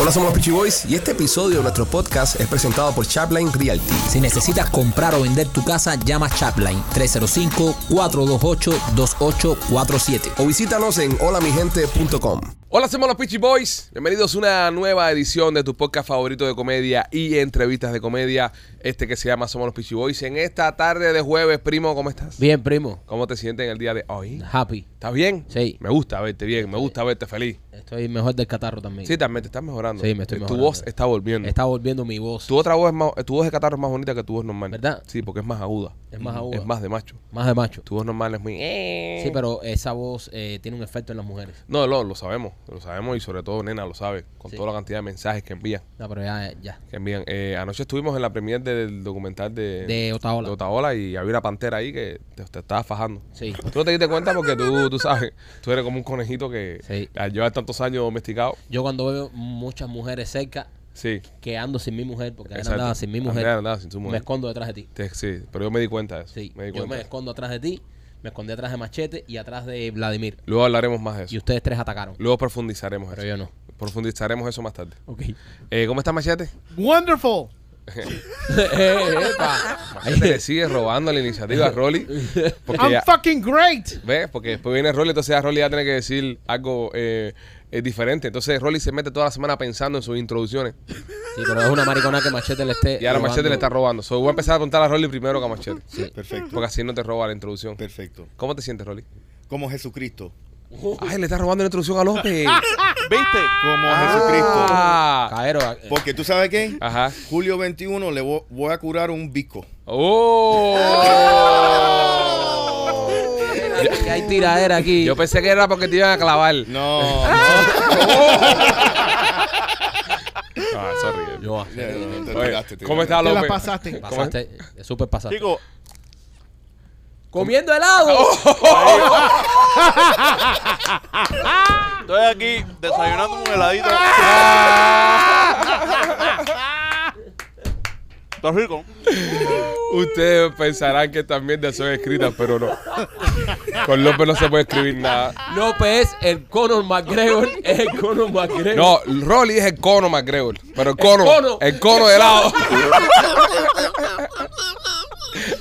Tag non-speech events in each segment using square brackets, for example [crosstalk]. Hola, somos los Peachy Boys y este episodio de nuestro podcast es presentado por Chapline Realty. Si necesitas comprar o vender tu casa, llama Chapline 305-428-2847. O visítanos en holamigente.com. Hola, somos los Peachy Boys. Bienvenidos a una nueva edición de tu podcast favorito de comedia y entrevistas de comedia, este que se llama Somos los Peachy Boys. En esta tarde de jueves, primo, ¿cómo estás? Bien, primo. ¿Cómo te sientes en el día de hoy? Happy. ¿Estás bien? Sí. Me gusta verte bien, me gusta verte feliz. Estoy mejor del catarro también. Sí, también te estás mejorando. Sí, me estoy Tu mejorando. voz está volviendo. Está volviendo mi voz. Tu otra voz es más, tu voz de catarro es más bonita que tu voz normal. ¿Verdad? Sí, porque es más aguda. Es más aguda. Es más de macho. Más de macho. Tu voz normal es muy. eh. Sí, pero esa voz eh, tiene un efecto en las mujeres. No, lo, lo sabemos, lo sabemos y sobre todo Nena lo sabe, con Sí. toda la cantidad de mensajes que envían. No, pero ya, ya. Que envían. Eh, anoche estuvimos en la premier del documental de, De Otaola. de Otaola y había una pantera ahí que te, te estaba fajando. Sí. Tú no te diste cuenta porque tú, tú sabes, tú eres como un conejito que Sí. al llevar tantos años domesticado, Yo cuando veo muchas mujeres cerca sí. que ando sin mi mujer, porque Exacto. Exacto. andaba sin mi mujer, Andrea andaba sin su me mujer. escondo detrás de ti. Te- sí, pero yo me di cuenta de eso. Sí, me di yo cuenta me de eso. escondo atrás de ti, me escondí atrás de Machete y atrás de Vladimir. Luego hablaremos más de eso. Y ustedes tres atacaron, Luego profundizaremos pero eso. yo no. Profundizaremos eso más tarde. Ok. Eh, ¿Cómo estás, Machete? Wonderful. Machete le sigue robando la iniciativa a Rolly. Porque I'm ya, fucking great. ¿Ves? Porque después viene Rolly, entonces a Rolly ya tiene que decir algo eh, eh, diferente. Entonces Rolly se mete toda la semana pensando en sus introducciones. Sí, pero es una maricona que Machete le esté. Y ahora robando. Machete le está robando. So, voy a empezar a preguntar a Rolly primero que a Machete. Perfecto, Porque así no te roba la introducción. perfecto. ¿Cómo te sientes, Rolly? Como Jesucristo. Ay, le está robando la introducción a López. ¿Viste? Como Ah. Caero, eh, Jesucristo. Porque tú sabes qué? Ajá. Julio 21 le vo- voy a curar un bico. ¡Oh! que hay tiradera aquí. Yo pensé que era porque te iban a clavar. No, no, Ah, sorry. Yo, ah, no, no, no, te Oye, tiraste, te ¿Cómo tiraste. está Te López? la pasaste. pasaste, súper pasaste. Chico, ¡Comiendo helado! Oh. estoy aquí desayunando un heladito. Ah. Está rico. Ustedes pensarán que también de son escritas, pero no. Con López no se puede escribir nada. López, el Conor [laughs] McGregor, es el Conor McGregor. No, Rolly es el cono McGregor. Pero el cono, cono. el cono de helado.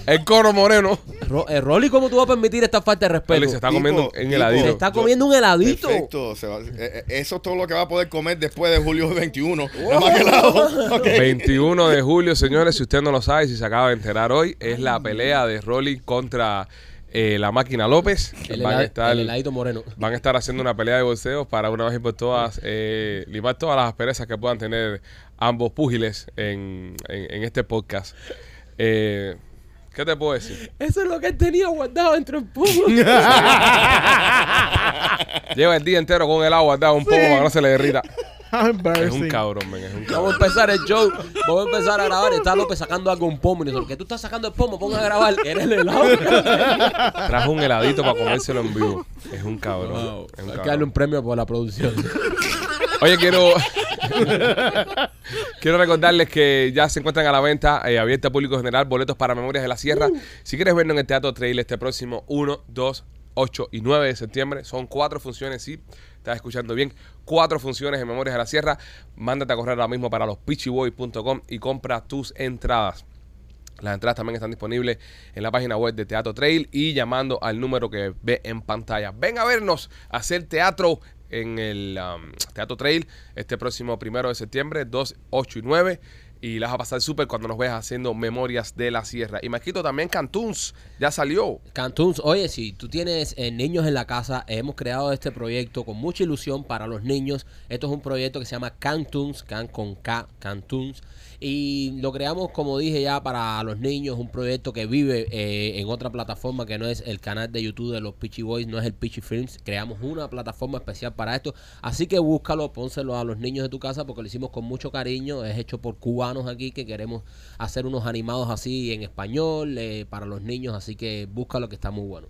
El cono moreno. Ro- eh, Rolly, ¿cómo tú vas a permitir esta falta de Rolly respeto? se Se está Tipo, comiendo en tipo. heladito. Se está Yo- comiendo un heladito. Perfecto. se va- eh, eh, eso es todo lo que va a poder comer después de Julio 21. Nada más que helado. Ok. 21 de julio, señores, si usted no lo sabe, si se acaba de enterar hoy, es la pelea de Rolly contra eh, la máquina López. El, Van a hela- estar- el heladito moreno. Van a estar haciendo una pelea de boxeo para una vez y por todas eh, limar todas las asperezas que puedan tener ambos púgiles en, en- en este podcast. Eh, ¿Qué te puedo decir? Eso es lo que él tenía guardado dentro del [laughs] puño. Lleva el día entero con el agua, dado un poco para que no se le derrita. [laughs] How Es un embarrassing. cabrón, men, es un cabrón. Vamos a empezar el show. Vamos a empezar a grabar. Está López sacando algo un pomo. Y nosotros, que tú estás sacando el pomo, ponga a grabar. Eres el [laughs] helado. Trajo un [laughs] heladito para comérselo en vivo. Es un cabrón. es un Hay que cabrón. darle un premio por la producción. Oye, quiero. quiero recordarles que ya se encuentran a la venta, eh, abierta al público general, boletos para Memorias de la Sierra. Si quieres vernos en el Teatro Trail este próximo 1, 2, 8 y 9 de septiembre, son cuatro funciones, sí. Estás escuchando bien. Cuatro funciones en Memorias de la Sierra. Mándate a correr ahora mismo para los y compra tus entradas. Las entradas también están disponibles en la página web de Teatro Trail y llamando al número que ve en pantalla. Ven a vernos a hacer teatro en el um, Teatro Trail este próximo primero de septiembre, 2, 8 y 9. Y las vas a pasar súper cuando nos veas haciendo Memorias de la Sierra. Y Maquito también Cantuns ya salió. Cantuns, oye, si tú tienes eh, niños en la casa, hemos creado este proyecto con mucha ilusión para los niños. Esto es un proyecto que se llama Cantuns, Can con K, Cantuns. Y lo creamos, como dije ya, para los niños, un proyecto que vive eh, en otra plataforma que no es el canal de YouTube de los Peachy Boys, no es el Peachy Films. Creamos una plataforma especial para esto. Así que búscalo, pónselo a los niños de tu casa porque lo hicimos con mucho cariño. Es hecho por cubanos aquí que queremos hacer unos animados así en español eh, para los niños. Así que búscalo que está muy bueno.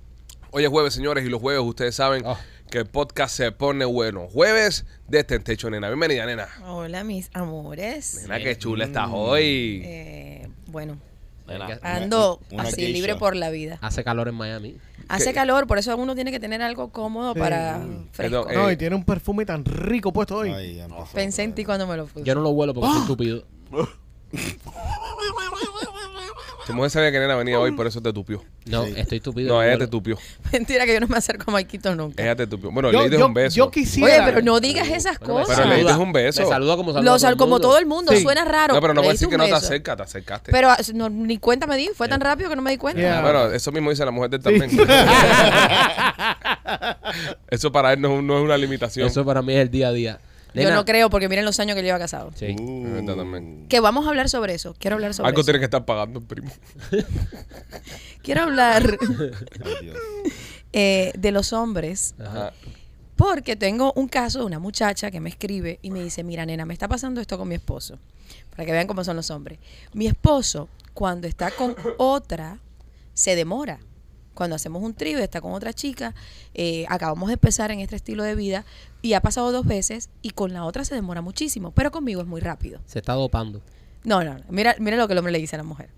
Hoy es jueves, señores, y los jueves ustedes saben Ah. que el podcast se pone bueno. Jueves de Tentecho, nena. Bienvenida, nena. Hola, mis amores. Nena, qué chula estás hoy. Eh, bueno, Nena. Nena. Ando Una así geisha. libre por la vida. Ah, Hace calor en Miami. Hace calor, por eso uno tiene que tener algo cómodo Sí. para Perdón, fresco. eh, No, y tiene un perfume tan rico puesto hoy. Ay, ya empezó. Pensé en ti cuando me lo puse. Yo no lo vuelo ¡Ah! porque soy estúpido. Tu mujer sabía que Nena venía hoy, por eso te tupió. No, Sí. estoy estúpido. No, este lo ella te vuelo. tupió. [laughs] Mentira que yo no me acerco a Maikito nunca. Ella te tupió. Bueno, Yo- le diste yo- un beso. Yo quisiera. Oye, pero no digas esas Bueno, me Eh, cosas. Pero le saluda. diste un beso. Me saluda como saluda Lo a sal- como todo el mundo, Sí. suena raro. No, pero no Le puedes diste decir que un no te beso. acercas, te acercaste. Pero ah, no, ni cuenta me di, fue tan rápido que no me di cuenta. Yeah. Ah, bueno, eso mismo dice la mujer de él también. [laughs] [laughs] eso para él no, es un- no es una limitación. Eso para mí es el día a día. Yo Nena. no creo porque miren los años que lleva casado. Sí. Es verdad también. Que vamos a hablar sobre eso. Quiero hablar sobre Algo eso. tiene que estar pagando, primo. [laughs] Quiero hablar Ay, Dios. eh, de los hombres Ajá. porque tengo un caso de una muchacha que me escribe y me dice, mira nena, me está pasando esto con mi esposo. Para que vean cómo son los hombres. Mi esposo, cuando está con otra, se demora. Cuando hacemos un trío y está con otra chica, eh, acabamos de empezar en este estilo de vida y ha pasado dos veces y con la otra se demora muchísimo, pero conmigo es muy rápido. Se está dopando. No, no, no. Mira, mira lo que el hombre le dice a la mujer.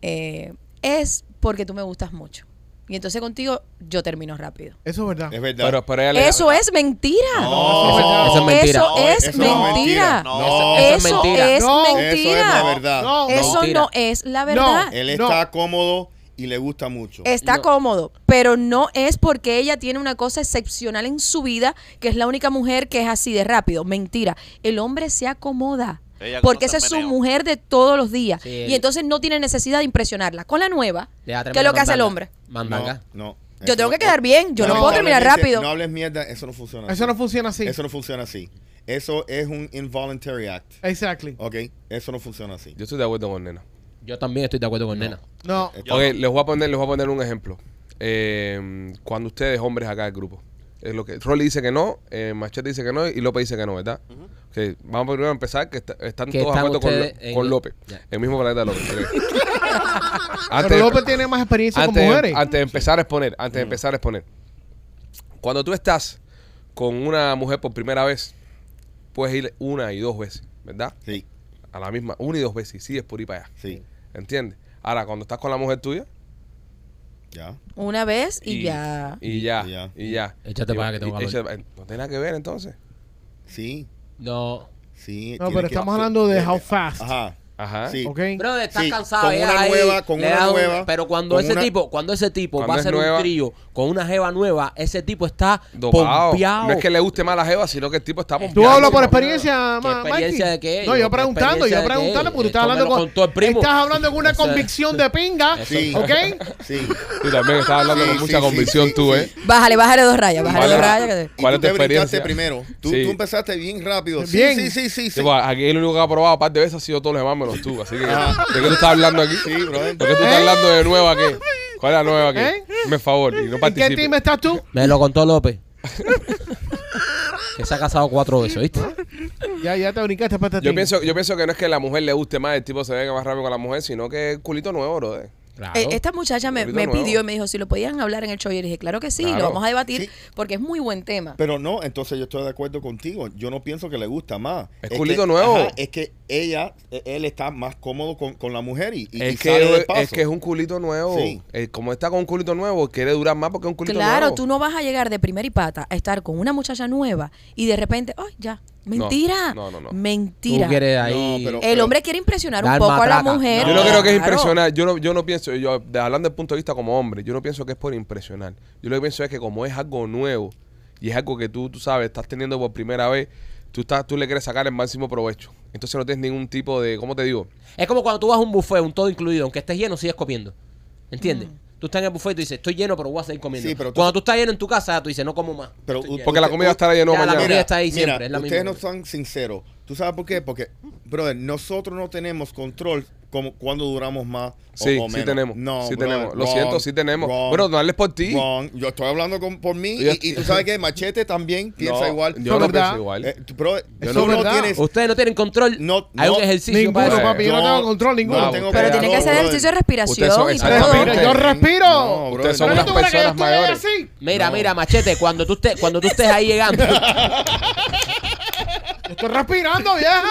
Eh, es porque tú me gustas mucho. Y entonces contigo yo termino rápido. Eso es verdad. Es verdad. Pero, pero ella le- Eso es mentira. No. Eso es mentira. Eso es Eso no es mentira. mentira. No. Eso es mentira. No. Eso Eso no Eso es la verdad. No. Mentira. es la verdad. Él No. está cómodo y le gusta mucho. Está No. cómodo, pero no es porque ella tiene una cosa excepcional en su vida, que es la única mujer que es así de rápido. Mentira. El hombre se acomoda. Ella Porque esa conoce es su el meneo. mujer de todos los días. Sí, y el- entonces no tiene necesidad de impresionarla. Con la nueva, Le da que es lo que hace el mandanga. hombre. Mandanga. No, no. Yo Eso tengo no- que quedar bien, yo no puedo terminar Lamentablemente, rápido. No hables mierda, eso no funciona así. Eso no funciona así. Eso no funciona así. Eso es un involuntary act. Exactly. Oh, Ok, eso no funciona así. Yo estoy de acuerdo con Nena. Yo también estoy de acuerdo con Nena. No. Yo ok, no. les voy a poner, les voy a poner un ejemplo. Eh, cuando ustedes, hombres acá del grupo, es lo que Rolly dice que no, eh, Machete dice que no y López dice que no, ¿verdad? Ok, vamos primero a empezar que está- están Que todos están de acuerdo con, ustedes Lo- en con el- López, Ya. el mismo planeta de López. ok. [laughs] Pero López tiene más experiencia con antes, de- mujeres. antes de empezar a exponer, antes de empezar a exponer. Cuando tú estás con una mujer por primera vez, puedes ir una y dos veces, ¿verdad? Sí, A la misma, una y dos veces, y sigues por ir para allá. sí, ¿Entiendes? Ahora, cuando estás con la mujer tuya, ya. Una vez y, ya. Y ya. Y ya. Y ya. Échate Y- para acá que tengo y- calor. échate pa- No tiene nada que ver entonces. Sí, No. sí. No, tiene pero que- estamos hablando de eh, how fast. ¿Ah? Ajá. Ajá. Sí. ¿Ok? Bro, estás Sí, cansado. con eh, una ahí, nueva- con le una das un- nueva, pero cuando con ese una- tipo, cuando ese tipo Cuando va a es hacer nueva- un trío con una jeva nueva, ese tipo está Dopado. pompeado. No es que le guste más la jeva, sino que el tipo está Tú pompeado. hablas por No, experiencia, ¿Qué ma- experiencia Mikey? de qué? No, Yo, yo ¿qué preguntando, experiencia yo de qué? preguntando porque tú estás Tómelo hablando con, con todo el primo. Estás hablando con una [laughs] Eso es. convicción de pinga. Sí. [laughs] [laughs] ¿Ok? Sí. Tú también estás hablando Sí, con sí, mucha sí, convicción sí, tú, sí. ¿eh? Bájale, bájale dos rayas, bájale Bájale. dos rayas. que te- Y ¿Cuál tú es tu te brincaste experiencia? primero. Tú, Sí. tú empezaste bien rápido. Sí, Bien. sí, sí, sí. sí. Sí, pues, aquí el único que ha probado, aparte de eso, ha sido todos los demás menos tú. Así que, Ajá. ¿de qué tú estás hablando aquí? Ah. Sí, ¿De brother. qué tú estás hablando de nueva qué? ¿Cuál es la nueva qué? ¿Eh? Me favor, y no ¿En qué team participe. estás tú? Me lo contó López. [laughs] que se ha casado cuatro veces, ¿viste? Ya, ya te brincaste para este Yo team. pienso, yo pienso que no es que la mujer le guste más, el tipo se venga más rápido con la mujer, sino que es culito nuevo, brother. Claro. Eh, esta muchacha me, Ahorita me nuevo. pidió y me dijo si lo podían hablar en el show. Y yo le dije, claro que sí, Claro. lo vamos a debatir Sí. porque es muy buen tema. Pero no, entonces yo estoy de acuerdo contigo. Yo no pienso que le gusta más. Es que- culito nuevo. es que ella, e- él está más cómodo con, con la mujer y, y- y Es sale del que, paso. es que es un culito nuevo. Sí. Eh, como está con un culito nuevo, quiere durar más porque es un culito claro, nuevo. tú no vas a llegar de primera y pata a estar con una muchacha nueva y de repente, ¡ay, ya! Mentira. no, no, no. Mentira. Tú quieres ahí. No, pero- El hombre quiere impresionar un Dar poco a la matraca. mujer. Yo no creo que es Claro. impresionar. Yo no, yo no pienso, yo, de- hablando del punto de vista como hombre, yo no pienso que es por impresionar. Yo lo que pienso es que como es algo nuevo y es algo que tú, tú sabes, estás teniendo por primera vez, tú, estás, tú le quieres sacar el máximo provecho. Entonces no tienes ningún tipo de, ¿cómo te digo? Es como cuando tú vas a un buffet, un todo incluido, aunque estés lleno, sigues comiendo. ¿Entiendes? Tú estás en el buffet y tú dices, estoy lleno, pero voy a seguir comiendo. Sí, pero tú- cuando tú estás lleno en tu casa, tú dices, no como más. Pero Estoy u- lleno. Porque la comida estará llena Ya, la mañana. comida está ahí siempre, mira, es la misma ustedes no comida. son sinceros. ¿Tú sabes por qué? Porque, brother, nosotros no tenemos control como cuando duramos más o- Sí, o, menos. sí tenemos. No, sí brother, tenemos. Lo wrong, siento, sí tenemos. wrong, Bueno, no hables por ti. wrong. Yo estoy hablando con- por mí Yo- y, y tú sabes que Machete también piensa [laughs] No, igual. Yo no ¿verdad? pienso igual. Eh, tú- bro, Yo tú no- no ¿verdad? tienes- Ustedes no tienen control. No, Hay un no. ejercicio Ninguno, para eso. papi. yo no tengo control ninguno. Pues, tengo Pero tiene que hacer brother. ejercicio de respiración Ustedes son y exactamente- todo. Respiro, yo respiro. No, brother, Ustedes son Pero no. unas tú crees que yo personas estoy ahí mayores. así. Mira, mira, machete, cuando tú, [laughs] estés, cuando tú estés ahí llegando, [laughs] Estoy respirando, vieja.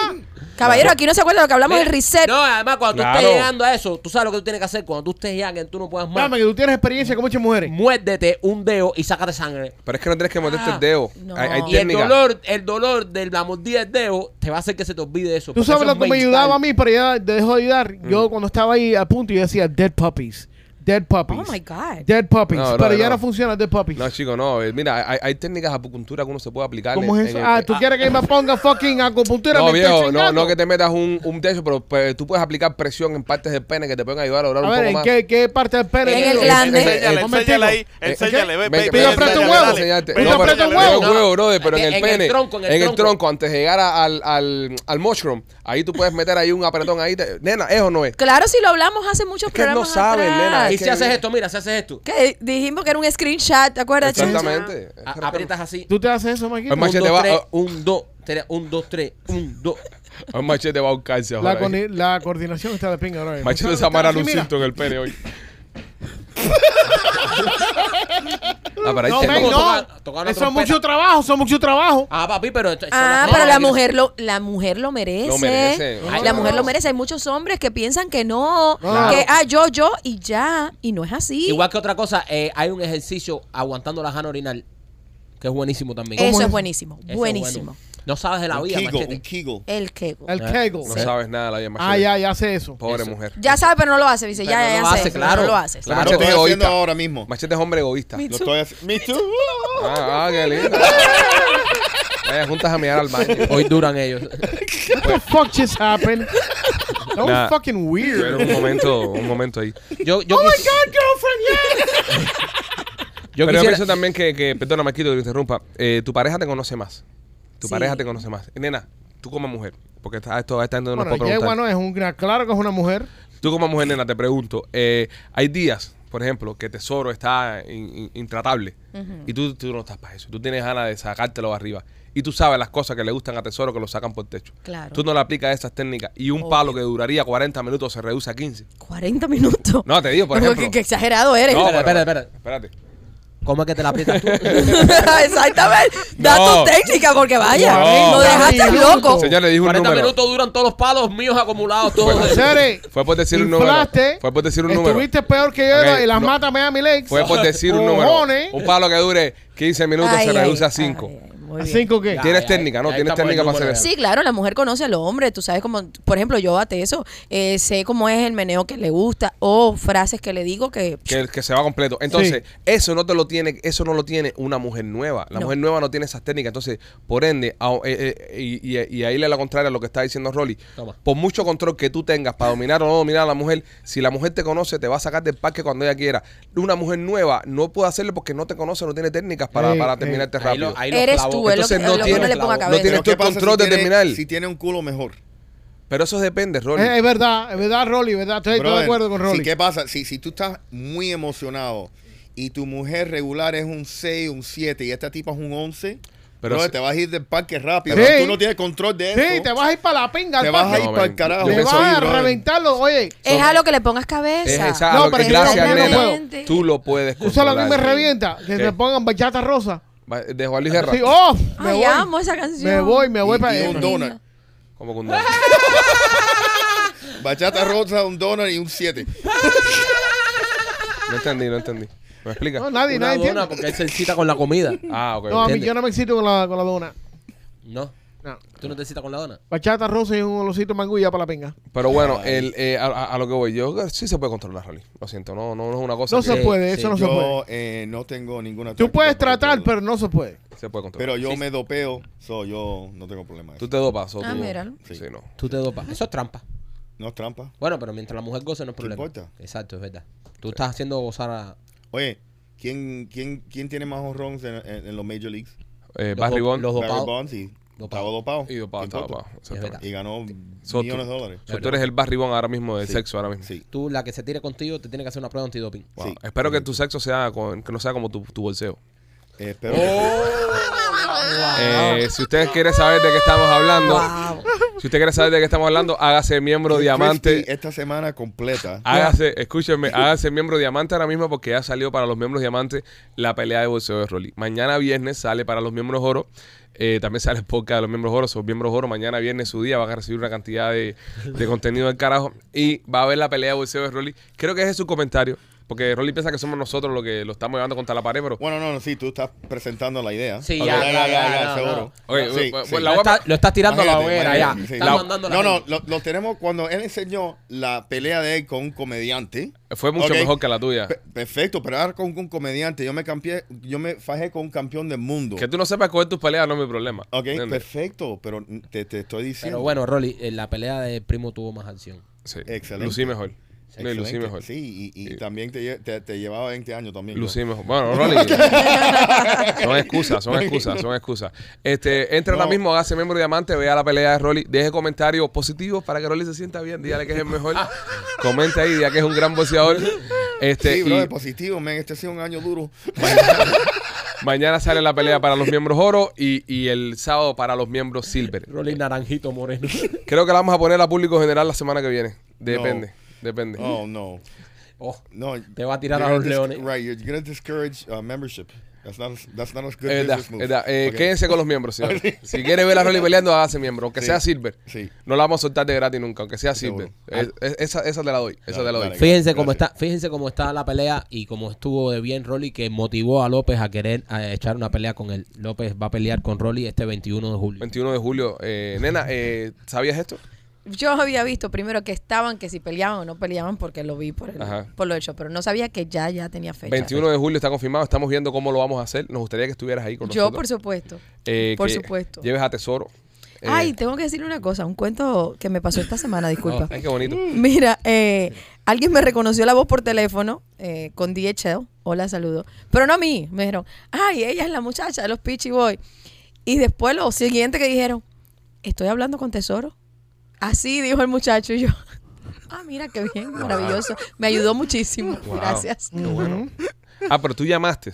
Caballero, aquí no se acuerda de lo que hablamos Mira, del reset. No, además, cuando tú Claro. estés llegando a eso, tú sabes lo que tú tienes que hacer. Cuando tú estés ya, que tú no puedas más, Dame, que tú tienes experiencia con muchas mujeres. muérdete un dedo y sácate sangre. Pero es que no tienes que morderte Ah, el dedo. no. Hay, hay Y Y el técnica. dolor, el dolor de la mordida del dedo te va a hacer que se te olvide eso. Tú porque sabes eso lo es que me mental. ayudaba a mí, pero ya dejó de ayudar. Mm. Yo cuando estaba ahí a punto, yo decía dead puppies. Dead puppies. Oh, my God. Dead puppies. No, pero no, ya no. no funciona dead puppies. No, chico, no. eh, Mira, hay, hay técnicas de acupuntura que uno se puede aplicar. ¿Cómo en- es eso? en el- Ah, ¿tú quieres que me ponga fucking acupuntura? No, Me estoy viejo, no, chingando. no que te metas un, un techo, pero pues, tú puedes aplicar presión en partes del pene que te pueden ayudar a orar A un ver, poco ¿en más. qué, qué parte del pene? En digo? el glande. Enséñale, Eh, Un enséñale ahí. momentico. Enséñale, ve, Ven, ve, ven, ve, Pide aprieta un enséñale, huevo. dale. enséñate. Pide No, pero- aprieta un pero- huevo. no, huevo, brother, pero en, En- el en el pene, tronco, en el en el tronco. tronco, antes de llegar a- al, al, al mushroom, ahí tú puedes meter ahí un apretón ahí. te- nena, eso no es. Claro, si lo hablamos hace muchos que no programas saben, atrás. nena, Y es si que- haces esto, mira, si haces esto, Que dijimos que era un screenshot, ¿te acuerdas? Chacha? Exactamente. a- aprietas así. ¿Tú te haces eso, Maquito? Es más- Un, Machete dos, va- tres, ah. un, dos, tres, un, dos, tres, un, dos. [laughs] Un machete va a buscarse La, ahora. eh. coordi- la coordinación está de pinga ahora. mismo. Machete se Está amarra así, un mira. cinto en el pene [laughs] hoy. Ah, pero hay No, técnicas. Como men, no. tocar- tocar una Eso es trompeta. mucho trabajo, eso es mucho trabajo. Ah, papi, pero... esto- esto Ah, no- pero la no, mujer lo, la mujer lo merece. Lo merece. Ay, Claro. la mujer lo merece. Hay muchos hombres que piensan que no, Claro. que ah, yo, yo y ya. Y no es así. Igual que otra cosa, eh, hay un ejercicio aguantando la jana orinal, que es buenísimo también. Eso ¿Cómo es es? buenísimo. Eso es buenísimo. bueno. No sabes de la Un vida, Kegel, un machete. Kegel. El kego. El Ah, kegel. No sabes nada de la vida, Ah, machete. ya, ya hace eso. Pobre Eso. mujer. Ya sabe, pero no lo hace. Dice, Pero ya, ya, no ya lo sé, hace, pero claro. No lo haces. Claro. Lo estoy Machete haciendo egoísta. ahora mismo. Machete es hombre egoísta. Lo estoy haciendo. Me too. Ah, ah, qué lindo. Vaya, juntas a mirar al baño. Hoy duran ellos. What the fuck just happened? Nah. That was fucking Pero weird. un momento, un momento ahí. Yo, yo Oh my quis- God, girlfriend, yeah. [laughs] yo Pero yo quisiera- pienso también que, que perdona, Marquito, que te interrumpa. eh, tu pareja te conoce más. Tu Sí. pareja te conoce más. Y, nena, tú como mujer, porque está, esto está no nos Bueno, puede yegua preguntar. no es una, claro que es una mujer. Tú como mujer, nena, te pregunto. eh, hay días, por ejemplo, que tesoro está in- in- intratable. Y tú, tú no estás para eso. Tú tienes ganas de sacártelo arriba. Y tú sabes las cosas que le gustan a tesoro que lo sacan por techo. Claro. Tú no le aplicas esas técnicas. Y un Obvio. palo que duraría 40 minutos se reduce a 15. 40 minutos. No, te digo, por Pero ejemplo. qué- Qué exagerado eres. No, Espera, pero- espera, espera. Espérate. ¿Cómo es que te la aprietas [laughs] tú? [laughs] Exactamente. Da No. tu técnica, porque vaya. No. Lo dejaste Minutos. loco. Señor, le dijo un 40 número. minutos duran todos los palos míos acumulados todos. Sere, Fue por decir un número. inflaste, Fue por decir un número. Estuviste peor que yo Ok, y las no. mata Miami Lakes. Fue por decir un número. Cojones. Un palo que dure 15 minutos Ay, se ay, reduce a ay, 5. ay, ¿A muy bien. cinco qué? Tienes Ya, ya, técnica, ¿no? ya Tienes estamos en técnica para hacer número eso. ya. Sí, claro, la mujer conoce al hombre, tú sabes como, por ejemplo, yo bate eso, eh, sé cómo es el meneo que le gusta o frases que le digo que... Que, que se va completo. Entonces, eso no te lo tiene, eso no lo tiene una mujer nueva. La No. mujer nueva no tiene esas técnicas. Entonces, por ende, a- eh, eh, y, y- y ahí le la contraria a lo que está diciendo Rolly. Toma. Por mucho control que tú tengas para dominar o no dominar a la mujer, si la mujer te conoce, te va a sacar del parque cuando ella quiera. Una mujer nueva no puede hacerlo porque no te conoce, no tiene técnicas para, Ey, para ey. terminarte Ahí este rápido. lo- ahí lo Eres clavó. tú, es lo que, Entonces no es lo que tienes- uno le ponga no cabeza. tienes Pero tú ¿qué el pasa control si de tiene- terminar. Si tiene un culo mejor. Pero eso depende, Rolly. Es, es verdad, es verdad, Rolly, verdad. Estoy, estoy de Brother, acuerdo con si- Rolly. ¿Qué pasa? Si, si tú estás muy emocionado y tu mujer regular es un 6, un 7 y esta tipa es un 11, Pero pero si- te vas a ir del parque rápido. Sí. Tú no tienes control de eso. sí, te vas a ir para la pinga. al Te vas a parque. ir No, para el ven, yo carajo. Te vas pienso a ir, brother. reventarlo. Oye, Es a lo que le pongas cabeza. Es esa- No, a lo pero que- yo no gracias, puedo. nena. Tú lo puedes tú sabes lo que me controlar. revienta. Que ¿Qué? me pongan bachata rosa. Va- De Juan Luis Guerra. Sí, oh, me Ay, voy. amo esa canción. Me voy, me Y- voy para y un donut. Como con dos. Bachata rosa, un donut y un 7. No entendí, no entendí. ¿Me explica? No, nadie, Una nadie dona entiende. porque él se excita con la comida. Ah, ok. No, a mí ¿Entiendes? yo no me excito con la, con la dona. No. No. ¿Tú no te excitas con la dona? Bachata rosa y un olorcito de mango y ya para la pinga. Pero bueno, el, eh, a, a- a lo que voy, yo creo que sí se puede controlar, Rolly. Lo siento, no, no, no es una cosa No que se puede, sí, eso no se puede. Yo eh, no tengo ninguna. Tú táctica puedes para tratar, controlarlo. pero no se puede. se puede controlar. Pero yo me dopeo, so yo no tengo problema. de tú eso. te dopas, o Ah, tú- míralo. Sí, Sí. no. Tú te dopas. Eso es trampa. No es trampa. Bueno, pero mientras la mujer goce no es problema. importa? Exacto, es verdad. Tú estás haciendo gozar a... Oye, ¿quién, quién, quién tiene más honrones en, en- en los Major Leagues? Eh, Los Barry do- Bonds los Barry dopados. Bonds y estaba Dopado. dopado. y dopado, ¿Qué estaba importa? dopado. exactamente. verdad. Y ganó So, tú- millones de dólares. so, tú eres el Barry Bonds ahora mismo del Sí. sexo, ahora mismo. Sí. Tú, la que se tire contigo, te tiene que hacer una prueba antidoping. Wow. Sí. [laughs] Espero que tu sexo sea con- que no sea como tu, tu bolseo. Eh, espero que- Eh, si ustedes quieren saber de qué estamos hablando, Wow. si usted quiere saber de qué estamos hablando, hágase miembro diamante. Ah. Christy, esta semana completa. Hágase, escúchenme, hágase miembro diamante ahora mismo porque ya salió para los miembros diamante la pelea de bolseo de Rolly. Mañana viernes sale para los miembros oro. eh, también sale el podcast de los miembros oro. Son miembros oro. Mañana viernes su día van a recibir una cantidad de, de contenido del carajo. Y va a ver la pelea de bolseo de Rolly. Creo que ese es su comentario. Porque Rolly piensa que somos nosotros los que lo estamos llevando contra la pared, pero. Bueno, no, no, sí, tú estás presentando la idea. Sí, Ok, ya, ya, ya, ya, seguro. no. Oye, Sí, bueno, sí. bueno, la Lo, voy a- está- lo estás tirando a la Imagínate, hoguera ya. imagínate, Estás sí. mandando la No, no, gente. lo, lo tenemos cuando él enseñó la pelea de él con un comediante. Fue mucho Ok. mejor que la tuya. Pe- perfecto, pero ahora con un comediante, yo me cambié, yo me fajé con un campeón del mundo. Que tú no sepas coger tus peleas no es mi problema. Ok, ¿entiendes? perfecto, pero te, te estoy diciendo. Pero bueno, Rolly, en la pelea de primo tuvo más acción. Sí. Excelente. Lucí mejor. No, y lucí Excelente. mejor. Sí, y, y también te, lle- te, te llevaba 20 años también. yo. Lucí mejor. Bueno, Rolly. son excusas, son excusas, son excusas. Este, entra ahora No. mismo, hágase miembro diamante, vea la pelea de Rolly, deje comentarios positivos para que Rolly se sienta bien, dígale que es el mejor. Comenta ahí, diga que es un gran boxeador. Este, Sí, y brother, positivo, man. Este ha sido un año duro. mañana sale la pelea para los miembros oro y, y el sábado para los miembros silver. Rolly Naranjito [laughs] Moreno. Creo que la vamos a poner a público general la semana que viene. Depende, depende. Oh, no. Oh, No. Te va a tirar you're a gonna los dis- leones. Right, you're going to discourage uh, membership. That's not, a- that's not a Es good verdad, business es move. verdad. Eh, Ok. Quédense con los miembros, señor. [laughs] Si quiere ver a Rolly peleando, hágase miembro. Aunque Sí. sea Silver. Sí. No la vamos a soltar de gratis nunca, aunque sea Seguro. Silver. Es- es- esa, esa te la doy. Esa Dale, te la doy. dale. Fíjense cómo Gracias. está, fíjense cómo está la pelea y cómo estuvo de bien Rolly que motivó a López a querer eh, echar una pelea con él. López va a pelear con Rolly este 21 de julio. 21 de julio. Eh, nena, eh, ¿sabías esto? Yo había visto primero que estaban, que si peleaban o no peleaban, porque lo vi por, el, Ajá. por lo hecho, pero no sabía que ya, ya tenía fecha. 21 de julio está confirmado. Estamos viendo cómo lo vamos a hacer. Nos gustaría que estuvieras ahí con Yo, por nosotros. supuesto. Eh, por que supuesto. Lleves a Tesoro. Eh, Ay, tengo que decir una cosa, un cuento que me pasó [laughs] esta semana, disculpa. Ay, qué bonito. Mira, eh, alguien me reconoció la voz por teléfono eh, con DHL. Hola, saludo. Pero no a mí. Me dijeron, ay, ella es la muchacha de los Peachy Boy. Y después lo siguiente que dijeron, estoy hablando con Tesoro. Así dijo el muchacho y yo. Ah, mira, qué bien, maravilloso. Me ayudó muchísimo. Wow. Gracias. Qué bueno. [laughs] Ah, pero tú llamaste.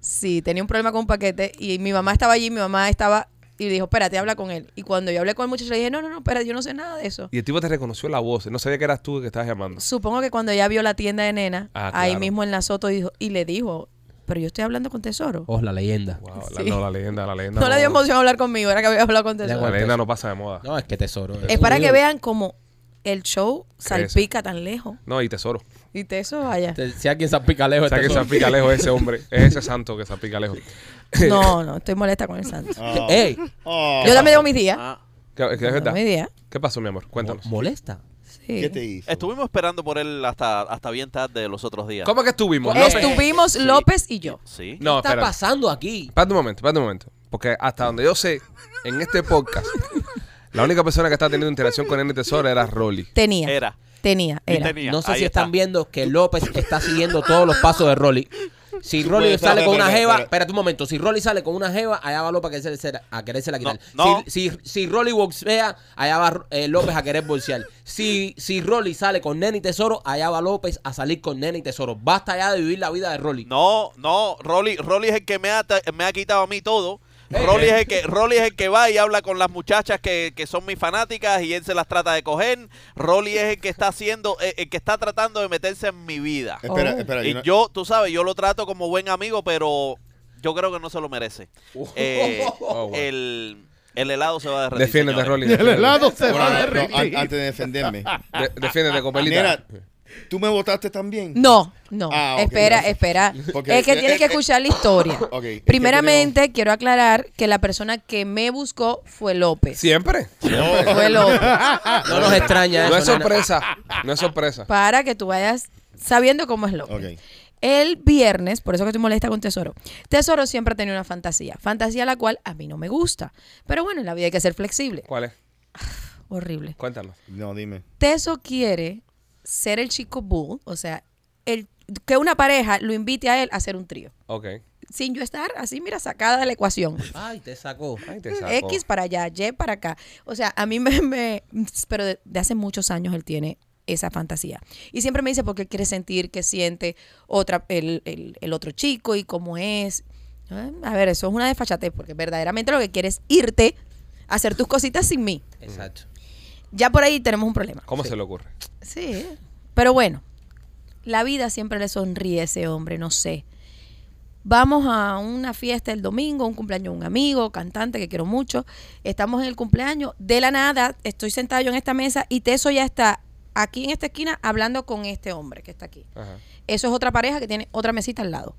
Sí, tenía un problema con un paquete y mi mamá estaba allí, mi mamá estaba y le dijo, espérate, habla con él. Y cuando yo hablé con el muchacho, le dije, no, no, no, espérate, yo no sé nada de eso. Y el tipo te reconoció la voz. No sabía que eras tú el que estabas llamando. Supongo que cuando ella vio la tienda de nena, Ah, ahí claro. mismo en la Soto dijo, y le dijo, pero yo estoy hablando con Tesoro. Oh, la leyenda. Wow, la, Sí. no, la leyenda, la leyenda. [laughs] no, le dio emoción hablar conmigo, era que había hablado con La Tesoro. Bueno, leyenda no pasa de moda. No, es que tesoro. eh. Es para que vean cómo el show Crece. salpica tan lejos. No, y tesoro. Y Tesoro, vaya. Te- Si alguien salpica lejos, O sea, es que tesoro. salpica lejos ese [laughs] hombre. Es ese santo que salpica lejos. [laughs] No, no, estoy molesta con el santo. [laughs] Ah, Oh. Ey, ah, Yo también tengo mis días. Ah, Que- que es Tengo verdad. mis días. ¿Qué pasó, mi amor? Cuéntanos. molesta. Sí. ¿Qué te hizo? estuvimos esperando por él hasta, hasta bien tarde los otros días. ¿Cómo que estuvimos? Pues ¿Cómo? López? Estuvimos Sí. López y yo. Sí. No, ¿Qué está espérate. pasando aquí? Espérate un momento, espérate un momento. Porque hasta donde yo sé, en este podcast, la única persona que estaba teniendo interacción con N Tesoro era Rolly. Tenía. Era. Tenía, Y era. tenía. No sé Ahí si está. están viendo que López está siguiendo todos los pasos de Rolly. Si Tú Rolly puedes- sale con espera, una espera, jeva, espera. espérate un momento, si Rolly sale con una jeva, allá va López a quererse la, a quererse la quitar. No, no. Si, si, si Rolly boxea, allá va eh, López a querer bolsear. Si, si Rolly sale con Nene y Tesoro, allá va López a salir con Nene y Tesoro. Basta ya de vivir la vida de Rolly. No, no, Rolly, Rolly es el que me ha, ta- me ha quitado a mí todo. Eh, Rolly es, el que, Rolly es el que va y habla con las muchachas que, que son mis fanáticas y él se las trata de coger. Rolly es el que está haciendo, eh, el que está tratando de meterse en mi vida. Espera, Oh. espera. Y no- yo, tú sabes, yo lo trato como buen amigo, pero yo creo que no se lo merece. Eh, Uh. [laughs] Oh, wow. el, el helado se va a derretir. Defiéndete, señores. Rolly. Y [laughs] el defiéndete. helado se Bueno, va a no, no, derretir. an- antes de defenderme. De- defiéndete, copelita. Nena, ¿tú me votaste también? [laughs] No, no. Ah, ok, espera, gracias. espera. Porque- es que eh, tienes [laughs] que eh, escuchar la historia. Ok, es que Primeramente, quiero aclarar que la persona que me buscó fue López. Siempre. [laughs] Fue López. No nos extraña No eso. es nena. sorpresa. No es sorpresa. Para que tú vayas sabiendo cómo es [laughs] López. Ok. El viernes, por eso que estoy molesta con Tesoro. Tesoro siempre ha tenido una fantasía. Fantasía la cual a mí no me gusta. Pero bueno, en la vida hay que ser flexible. ¿Cuál es? Horrible. Cuéntanos. No, dime. Teso quiere ser el chico bull, o sea, el, que una pareja lo invite a él a hacer un trío. Ok. Sin yo estar así, mira, sacada de la ecuación. Ay, te sacó. Ay, te saco. X para allá, Y para acá. O sea, a mí me... me- pero de, de hace muchos años él tiene esa fantasía. Y siempre me dice porque él quiere sentir que siente otra, el, el- el otro chico y cómo es. Ah, A ver, eso es una desfachatez, porque verdaderamente lo que quieres es irte a hacer tus cositas sin mí. Exacto. Ya por ahí tenemos un problema. ¿Cómo se le ocurre? Sí. Pero bueno, la vida siempre le sonríe a ese hombre, no sé. Vamos a una fiesta el domingo, un cumpleaños de un amigo, cantante que quiero mucho. Estamos en el cumpleaños. De la nada, estoy sentado yo en esta mesa y Teso ya está aquí en esta esquina hablando con este hombre que está aquí. Ajá. Eso es otra pareja que tiene otra mesita al lado.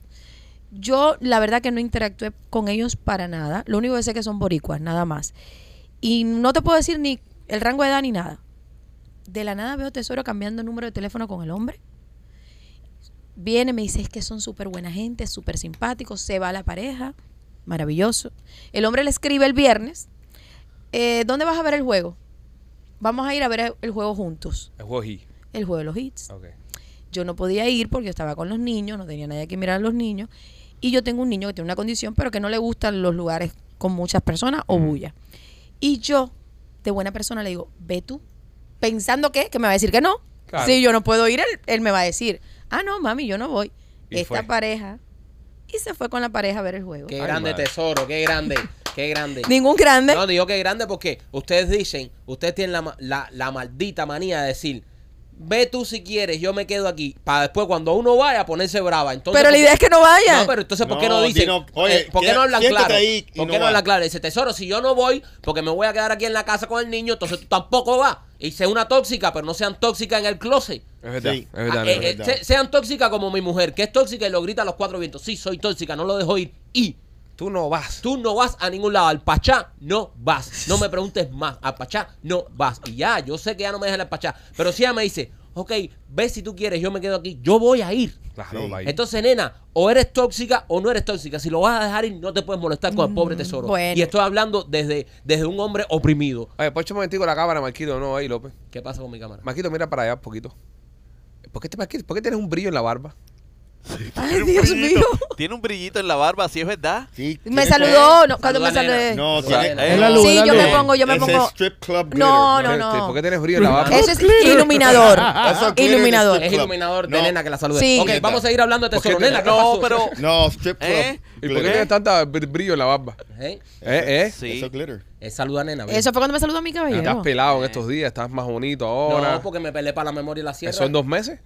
Yo, la verdad, que no interactué con ellos para nada. Lo único que sé es que son boricuas, nada más. Y no te puedo decir ni el rango de edad ni nada. De la nada veo Tesoro cambiando número de teléfono con el hombre. Viene, me dice, es que son súper buena gente, súper simpáticos. Se va la pareja. Maravilloso. El hombre le escribe el viernes. eh, ¿Dónde vas a ver el juego? Vamos a ir a ver el juego juntos. El juego G. El juego de los hits. Ok. Yo no podía ir porque yo estaba con los niños, no tenía nadie que mirar a los niños. Y yo tengo un niño que tiene una condición, pero que no le gustan los lugares con muchas personas o bulla. Y yo, de buena persona, le digo, ve tú, pensando que, que me va a decir que no. Claro. Si yo no puedo ir, él, él me va a decir, ah, no, mami, yo no voy. Y Esta fue. pareja. Y se fue con la pareja a ver el juego. Qué Ay, grande madre. tesoro, qué grande, qué grande. Ningún grande. No, digo que es grande porque ustedes dicen, ustedes tienen la, ma- la, la maldita manía de decir, ve tú si quieres, yo me quedo aquí, para después cuando uno vaya ponerse brava. Entonces, pero ¿por la qué- idea es que no vaya. No, pero entonces, ¿por qué no, No, dicen? dino, oye, Eh, ¿Por qué queda- no hablan siéntate claro? ahí y ¿Por no qué no va. hablan claro? Dice, tesoro, si yo no voy, porque me voy a quedar aquí en la casa con el niño, entonces tú tampoco vas. Y sé una tóxica, pero no sean tóxicas en el closet. Es verdad, Sí. es verdad. Ah, es eh, verdad. eh, se- sean tóxicas como mi mujer, que es tóxica y lo grita a los cuatro vientos. Sí, soy tóxica, no lo dejo ir. Y Tú no vas. Tú no vas a ningún lado. Al Pachá no vas. No me preguntes más. Al Pachá no vas. Y ya, yo sé que ya no me dejan al Pachá. Pero si ella me dice, ok, ve si tú quieres, yo me quedo aquí. Yo voy a ir. Claro, Sí. va ahí. Entonces, nena, o eres tóxica o no eres tóxica. Si lo vas a dejar ir, no te puedes molestar con el pobre tesoro. Mm, bueno. Y estoy hablando desde, desde un hombre oprimido. Oye, ponche un momentico la cámara, Marquito, no, ahí, López. ¿Qué pasa con mi cámara? Marquito, mira para allá un poquito. ¿Por qué, te, Marquito, ¿Por qué tienes un brillo en la barba? Ay, Dios mío. Tiene un brillito en la barba, si es verdad. Sí, Me tiene- saludó. no, cuando me Saluda, nena. saludé. No, Sí, tiene- no. es la luz, sí, la yo luz. me pongo, yo me Ese pongo. strip club No, glitter. no, Mira, este, no. ¿Por qué tienes brillo en la barba? Eso es iluminador. Eso quiere iluminador. Es decir- iluminador de No. nena que la salude. Sí. Ok, vamos a seguir hablando de ¿Por qué tesoro. te- Nena, ¿qué No, pasó? pero. No, strip club. ¿Eh? ¿Y por qué glitter. tienes tanto br- brillo en la barba? [laughs] ¿Eh? ¿Eh? ¿Eh? Sí. Eso es glitter. Eh, saluda, nena. ven. Eso fue cuando me saludó mi cabello. Estás pelado en estos días, estás más bonito ahora. Eh. No, porque me peleé para la memoria y la sierra. Eso en dos meses.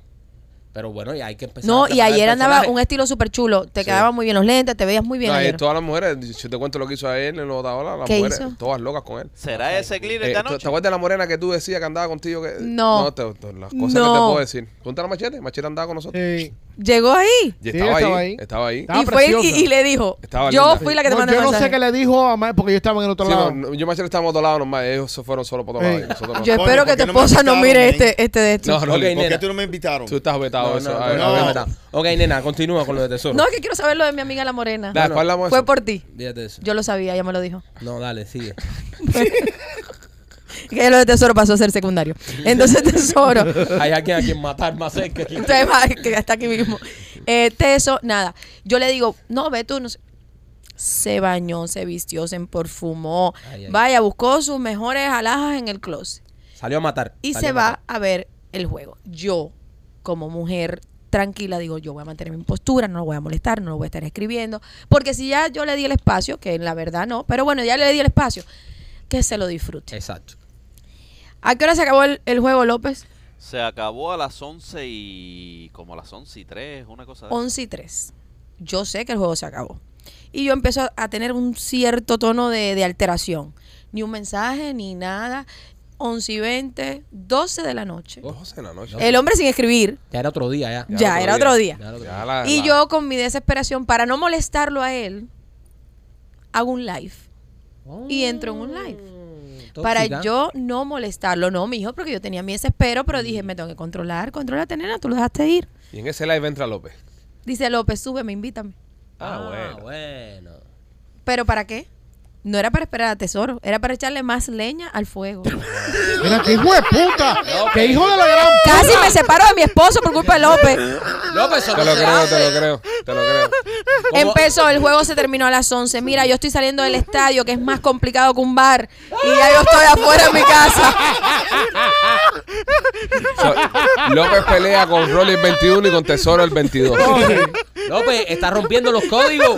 Pero bueno, ya hay que empezar. No, a y trabajar el ayer andaba personaje. un estilo súper chulo. Te Sí. quedaban muy bien los lentes, te veías muy bien No, eh, ayer. todas las mujeres, yo te cuento lo que hizo a él en los Otaola, las ¿Qué mujeres, hizo? todas locas con él. ¿Será ese glitter Eh, de ¿tú- ¿Te anoche? acuerdas de la morena que tú decías que andaba contigo? Que, No. No, te- te- las cosas No. que te puedo decir. Cuéntale a Machete, Machete andaba con nosotros. Eh, Llegó ahí. Y Sí, estaba, estaba ahí, ahí. estaba ahí. Estaba y fue y, preciosa. y le dijo. Estaba yo linda. fui la que te no, mandé yo el no sé mensaje. qué le dijo a Mike porque yo estaba en el otro Sí, lado. no, yo y Machete estábamos a otro lado nomás, ellos se fueron solo por otro Ey. lado. nosotros no. Yo Coño, espero ¿por que tu qué no me esposa no invitaron, mire men? este, este de esto. No, Ok, no, Rolly, ¿Por nena. qué tú no me invitaron? tú estás vetado No, eso. ah, no, A ver, no, a ver, no, a ver. no. Ok, nena, continúa con lo de tesoro. No, es que quiero saber lo de mi amiga la morena. Dale, ¿cuál hablamos de Fue eso? por ti. Fíjate de eso. Yo lo sabía, ella me lo dijo. No, dale, sigue. Que lo de tesoro pasó a [laughs] ser secundario. Entonces, tesoro. Hay alguien a quien matar más cerca. Entonces, [laughs] va, que está aquí mismo. Eh, teso, nada. Yo le digo, no, ve tú. No sé. Se bañó, se vistió, se perfumó. Ay, ay. Vaya, buscó sus mejores alhajas en el closet. Salió a matar. Y salió se a va matar. a ver el juego. Yo, como mujer tranquila, digo, yo voy a mantener mi postura, no lo voy a molestar, no lo voy a estar escribiendo. Porque si ya yo le di el espacio, que en la verdad no, pero bueno, ya le di el espacio, que se lo disfrute. Exacto. ¿A qué hora se acabó el, el juego, López? Se acabó a las 11 y. como a las 11 y 3, una cosa de 11 y 3. Yo sé que el juego se acabó. Y yo empiezo a, a tener un cierto tono de, de alteración. Ni un mensaje, ni nada. 11 y 20, 12 de la noche. Doce de la noche. El hombre sin escribir. Ya era otro día, ya. Ya, era otro día. Ya era otro Ya día. Ah, la- Y la- yo con mi desesperación, para no molestarlo a él, hago un live. Y entro en un live. Tóxica. Para yo no molestarlo, no, mi hijo, porque yo tenía mi desespero, pero dije, me tengo que controlar, contrólate, nena, tú lo dejaste ir. Y en ese live entra López. Dice López, súbeme, invítame. Ah, Ah, bueno. bueno. ¿Pero para qué? No era para esperar a Tesoro, era para echarle más leña al [laughs] fuego. Mira, qué hijo de puta. qué hijo de la gran puta. Casi me separo de mi esposo por culpa de López. López, Te lo creo, te lo creo, te lo creo. Empezó, el juego se terminó a las 11. Mira, yo estoy saliendo del estadio, que es más complicado que un bar, y ya yo estoy afuera de mi casa. So- López pelea con Rolly el 21 y con Tesoro el 22. López, está rompiendo los códigos.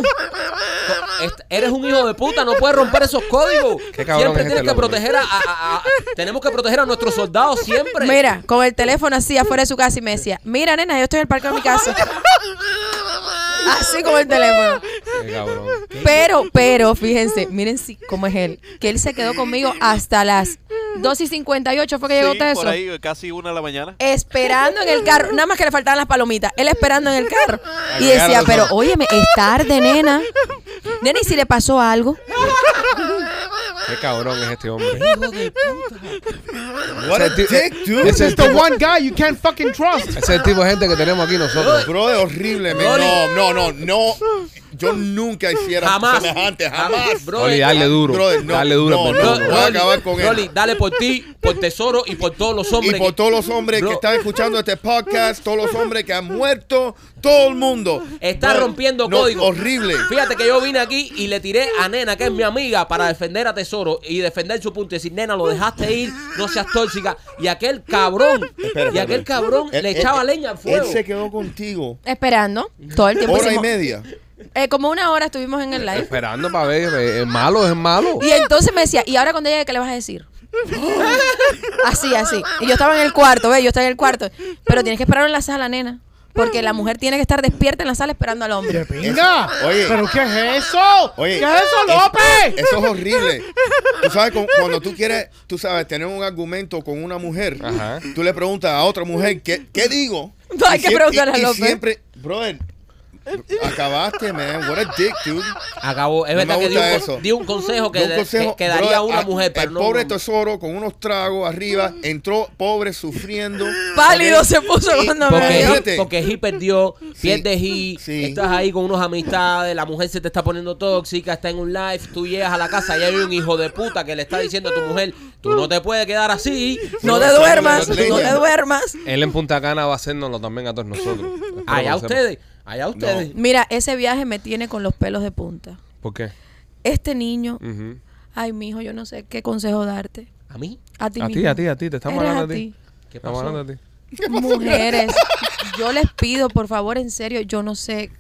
est- eres un hijo de puta, no puedes romper esos códigos. Qué cabrón siempre tienes es este que loco, proteger a, a- a- a- Tenemos que proteger a nuestros soldados siempre. Mira, con el teléfono así afuera de su casa y me decía, mira nena, yo estoy en el parque de mi casa. Así con el teléfono. Qué cabrón. Pero, pero, fíjense, miren si, cómo es él. Que él se quedó conmigo hasta las 2 y 58 fue que llegó Sí, Teso. por ahí, casi una de la mañana. Esperando en el carro, nada más que le faltaban las palomitas, él esperando en el carro. Y llegaron decía, los pero dos. óyeme, es tarde, nena. Nena, ¿y si le pasó algo? Qué cabrón es este hombre. Hijo de puta. What a Ese ti- dick, dude. This ese is the este one guy you can't fucking trust. Ese es el tipo de gente que tenemos aquí nosotros. Bro, es horrible, man. No, no, no, no. Yo nunca hiciera Jamás. semejante, jamás. Bro, Oli, dale duro. Brother, no, dale duro. no, al no, Bertón, no. bro. voy a acabar con él. Rolly, dale por ti, por tesoro y por todos los Y hombres. por que- todos los hombres Bro. que están escuchando este podcast, todos los hombres que han muerto, todo el mundo. Está Bro, rompiendo no, códigos. Horrible. Fíjate que yo vine aquí y le tiré a Nena, que es mi amiga, para defender a Tesoro y defender su punto y decir, Nena, lo dejaste ir, no seas tóxica. Y aquel cabrón, Espera, y espera, aquel espera. cabrón Él- le él- echaba leña al fuego. Eh, Él se quedó contigo Esperando todo el tiempo. hora y hicimos- media. eh, como una hora estuvimos en el live. Esperando para ver. eh, ¿Es malo? ¿Es malo? Y entonces me decía, ¿y ahora cuando llegue qué le vas a decir? [gasps] Así, así. Y yo estaba en el cuarto, ve, yo estaba en el cuarto. Pero tienes que esperarlo en la sala, nena. Porque la mujer tiene que estar despierta en la sala esperando al hombre. Venga. Oye. ¿Pero qué es eso? Oye, ¿Qué es eso, López? Eso es horrible. Tú sabes, cu- cuando tú quieres, tú sabes, tener un argumento con una mujer, Ajá. tú le preguntas a otra mujer, ¿qué, qué digo? No, hay Y que siem- y- preguntarle a y López. siempre, brother, acabaste, man. What a dick, dude. Acabó, es No me verdad que di un, gusta con- eso. di un consejo que, De un de- consejo, que- que daría brother, a una a- mujer, pero El no- pobre tesoro con unos tragos arriba entró pobre sufriendo. Pálido Ok. se puso Y- cuando me Porque, vio. Imagínate. He- porque He perdió, Sí, pierdes He, sí. estás ahí con unos amistades, la mujer se te está poniendo tóxica, está en un live, tú llegas a la casa y hay un hijo de puta que le está diciendo a tu mujer, tú no te puedes quedar así. No te duermas, Leña. no te duermas. Él en Punta Cana va a hacérnoslo también a todos nosotros. Espero que Allá lo ustedes, allá ustedes. Mira, ese viaje me tiene con los pelos de punta. sepa. ¿Por qué? Este niño, Ujú. ay, mijo, yo no sé qué consejo darte. ¿A mí? A ti, A ti, mismo. a ti, a ti, te estamos Eres hablando a a ti. ¿Qué Estamos pasó? hablando a ti. Mujeres, yo les pido, por favor, en serio, yo no sé.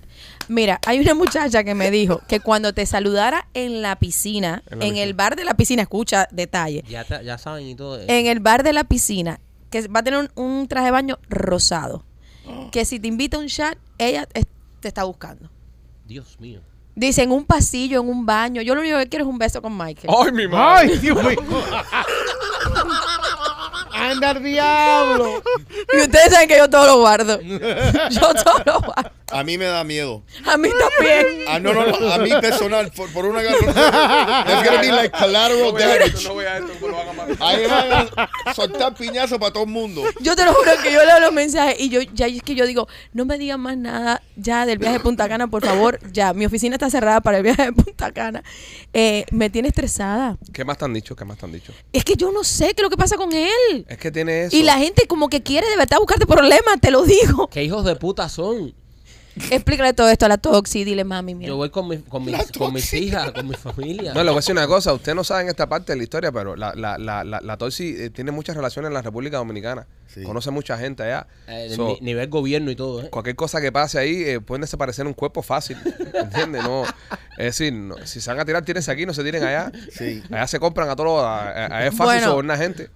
Mira, hay una muchacha que me dijo que cuando te saludara en la piscina, En en, la piscina. el bar de la piscina, escucha detalle, Ya, te- ya saben y todo. eso. en el bar de la piscina, que va a tener un, un traje de baño rosado, que si te invita a un chat, ella es- te está buscando. Dios mío. Dice, en un pasillo, en un baño, yo lo único que quiero es un beso con Michael. ¡Ay, mi madre! Ay, Dios mío. Anda al diablo. Y ustedes saben que yo todo lo guardo. Yo todo lo guardo. A mí me da miedo. A mí también. Ah, no, no, no, a mí personal, por, por una razón. [laughs] There's gonna be like collateral damage. Ahí van a soltar piñazo para todo el mundo. Yo te lo juro que yo leo los mensajes y yo ya es que yo digo, no me digan más nada ya del viaje de Punta Cana, por favor. Ya, mi oficina está cerrada para el viaje de Punta Cana. Eh, me tiene estresada. ¿Qué más te han dicho? ¿Qué más te han dicho? Es que yo no sé qué es lo que pasa con él. Es que tiene eso. Y la gente como que quiere de verdad buscarte problemas, te lo digo. ¿Qué hijos de puta son? Explícale todo esto a la Toxi, dile mami, mira. Yo voy con, mi- con, mis, con mis hijas, con mi familia. [laughs] No, le voy a decir una cosa. Ustedes no saben esta parte de la historia, pero la, la, la, la, la Tosi eh, tiene muchas relaciones en la República Dominicana. Sí. Conoce mucha gente allá. Eh, So, ni- nivel gobierno y todo. ¿eh? Cualquier cosa que pase ahí eh, pueden desaparecer un cuerpo fácil. [laughs] ¿Entiendes? No, es decir, no, si se van a tirar, tírense aquí, no se tiren allá. Sí. Allá se compran a todos. a- a- a- Es fácil Bueno. sobornar gente.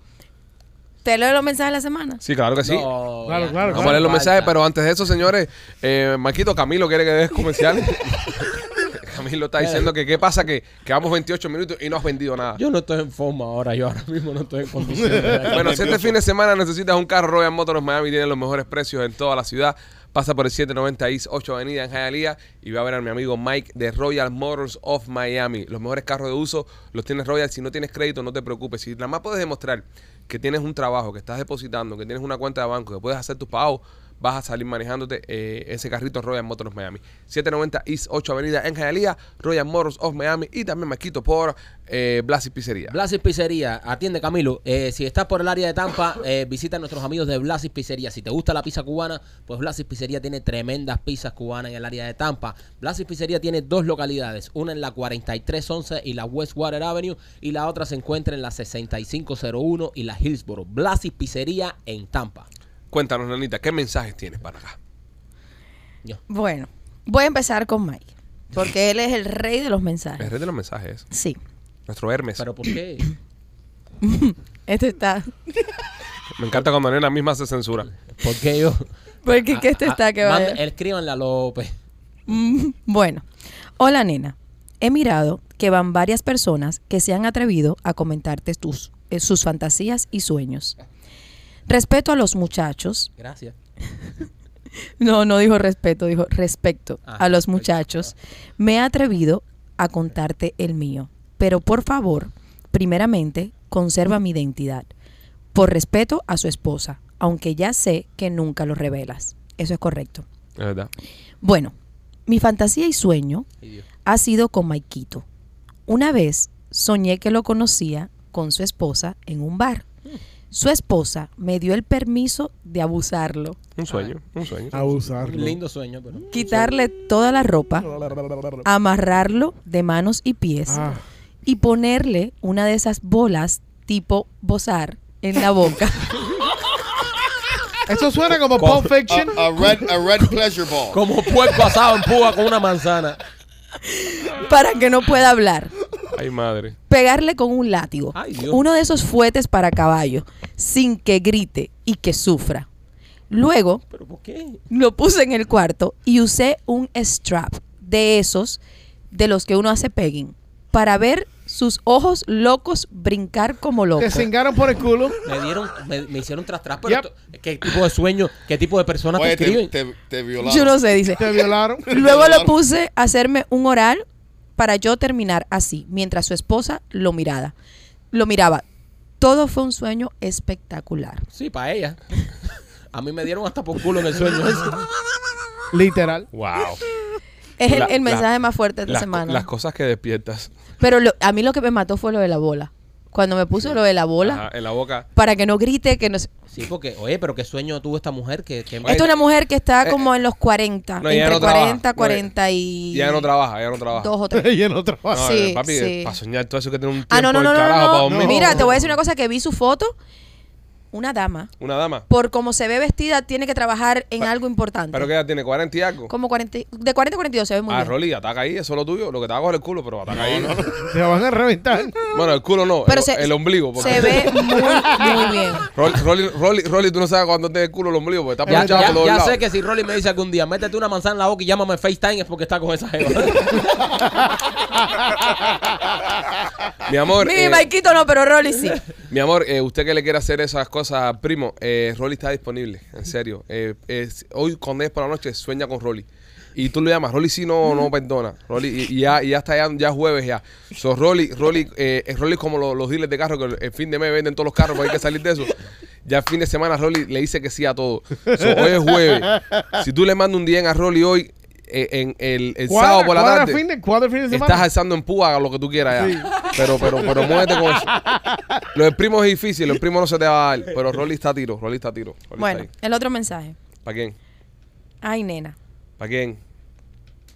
¿Te leo los mensajes de la semana? Sí, claro que sí. No, Claro, ya, claro, no Vamos a leer los falta. mensajes, pero antes de eso, señores, eh, Marquito Camilo quiere que des comerciales. [laughs] Camilo está diciendo que qué pasa que, que vamos 28 minutos y no has vendido nada. Yo no estoy en forma ahora, yo ahora mismo no estoy en condiciones. Bueno, si este fin de semana necesitas un carro, Royal Motors Miami tiene los mejores precios en toda la ciudad. Pasa por el 790 East 8 Avenida en Hialeah y va a ver a mi amigo Mike de Royal Motors of Miami. Los mejores carros de uso los tienes Royal. Si no tienes crédito, no te preocupes. Si nada más puedes demostrar que tienes un trabajo, que estás depositando, que tienes una cuenta de banco, que puedes hacer tus pagos, vas a salir manejándote eh, ese carrito Royal Motors Miami. 790 East 8 Avenida en Hialeah, Royal Motors of Miami y también me quito por eh, Blas y Pizzería. Blasis Pizzería, atiende Camilo. Eh, si estás por el área de Tampa, eh, visita a nuestros amigos de Blasis Pizzería. Si te gusta la pizza cubana, pues Blasis Pizzería tiene tremendas pizzas cubanas en el área de Tampa. Blasis Pizzería tiene dos localidades, una en la 4311 y la Westwater Avenue, y la otra se encuentra en la 6501 y la Hillsboro. Blasis Pizzería en Tampa. Cuéntanos, Nanita, ¿qué mensajes tienes para acá? Bueno, voy a empezar con Mike. Porque él es el rey de los El mensajes. rey de los mensajes. Sí. Nuestro Hermes. Pero ¿por qué? Este está. Me encanta cuando Nena misma se censura. ¿Por qué yo? Porque que este A- a- está que va. manda- Escríbanle a López. Mm, Bueno, hola nena. He mirado que van varias personas que se han atrevido a comentarte tus, eh, sus fantasías y sueños. Respeto a los muchachos. Gracias. No, no dijo respeto, dijo respecto Ah, a los perfecto. muchachos. Me he atrevido a contarte el mío. Pero por favor, primeramente, conserva mi identidad. Por respeto a su esposa, aunque ya sé que nunca lo revelas. Eso es correcto. Es verdad. Bueno, mi fantasía y sueño Ay, Dios. ha sido con Maikito. Una vez soñé que lo conocía con su esposa en un bar. Su esposa me dio el permiso de abusarlo, Un sueño, un sueño. Abusarlo. Un lindo sueño, pero. quitarle toda la ropa, amarrarlo de manos y pies Ah. y ponerle una de esas bolas tipo bozar en la boca. [laughs] Eso suena como Con- Pulp Fiction. A, a red, a red pleasure ball. Como puerco asado en púa con una manzana. para que no pueda hablar. Ay, madre. pegarle con un látigo, Ay, Dios. uno de esos fuetes para caballo, sin que grite y que sufra. Luego ¿Pero por qué? lo puse en el cuarto y usé un strap de esos de los que uno hace pegging para ver sus ojos locos brincar como Te locos. cingaron por el culo. Me dieron, me, me hicieron tras tras, pero Yep. esto- ¿qué tipo de sueño, qué tipo de personas Oye, te te, escriben? te, te Yo no violaron. sé, dice. Te violaron. Luego Claro. lo puse a hacerme un oral para yo terminar así, mientras su esposa lo miraba. Lo miraba. Todo fue un sueño espectacular. Sí, para ella. A mí me dieron hasta por culo en el sueño. ese. Literal. Wow. Es el, La- el mensaje la- más fuerte de esta Las, co- semana. las cosas que despiertas. Pero lo- a mí lo que me mató fue lo de la bola. Cuando me puso lo de la bola, Ajá, en la boca. para que no grite, que no... se- Sí, porque, oye, pero qué sueño tuvo esta mujer que, que- Oye, Esta es una mujer que está eh, como en los 40, No, ella entre no trabaja. 40, No, 40 y... Ya no trabaja, ya no trabaja. Dos [laughs] [laughs] o tres. Ella no trabaja. No, Sí, papi, sí. para soñar todo eso que tiene un tiempo Ah, no, no, del no, no, carajo para no, no. dormir. Mira, te voy a decir una cosa que vi su foto. Una dama, Una dama. por como se ve vestida, tiene que trabajar en algo importante. ¿Pero qué edad tiene? ¿40 y algo? Como 40, y- de 40 a 42 se ve muy Ah, bien. Rolly, ataca ahí, eso es lo tuyo. Lo que te hago es el culo, pero ataca ahí. Te van a reventar. Bueno, el culo no, Pero el, se- el ombligo. porque- [laughs] Se ve muy, muy bien. Rolly, Rolly, Rolly, Rolly, tú no sabes cuándo tiene el culo el ombligo, porque está Ya, pinchado ya- por todos ya lados. sé que si Rolly me dice algún día, métete una manzana en la boca y llámame en FaceTime es porque está con esa jeva. Mi amor, Mi eh, Maikito no, pero Rolly sí. mi amor eh, usted que le quiere hacer esas cosas, primo, eh, Rolly está disponible, en serio. Eh, es- hoy, cuando es por la noche, sueña con Rolly. Y tú le llamas, Rolly sí no, Mm. no perdona. Rolly, y, y ya, y ya está ya, ya jueves ya. So, Rolly, Rolly, eh, eh, Rolly es como lo- los dealers de carro que el, el fin de mes venden todos los carros porque hay que salir de eso. Ya el fin de semana Rolly le dice que sí a todo. So, hoy es jueves. Si tú le mandas un día a Rolly hoy, eh, en el, el sábado por la cuadra tarde. fin de, cuadra fin de semana. Estás alzando en púa lo que tú quieras ya. Pero, pero, pero muévete con eso. Lo del primo es difícil, lo del primo no se te va a dar. Pero Rolly está a tiro, Rolly está a tiro. Rolly Bueno, está el otro mensaje. ahí. ¿Para quién? Ay, [laughs] nena. ¿Para quién?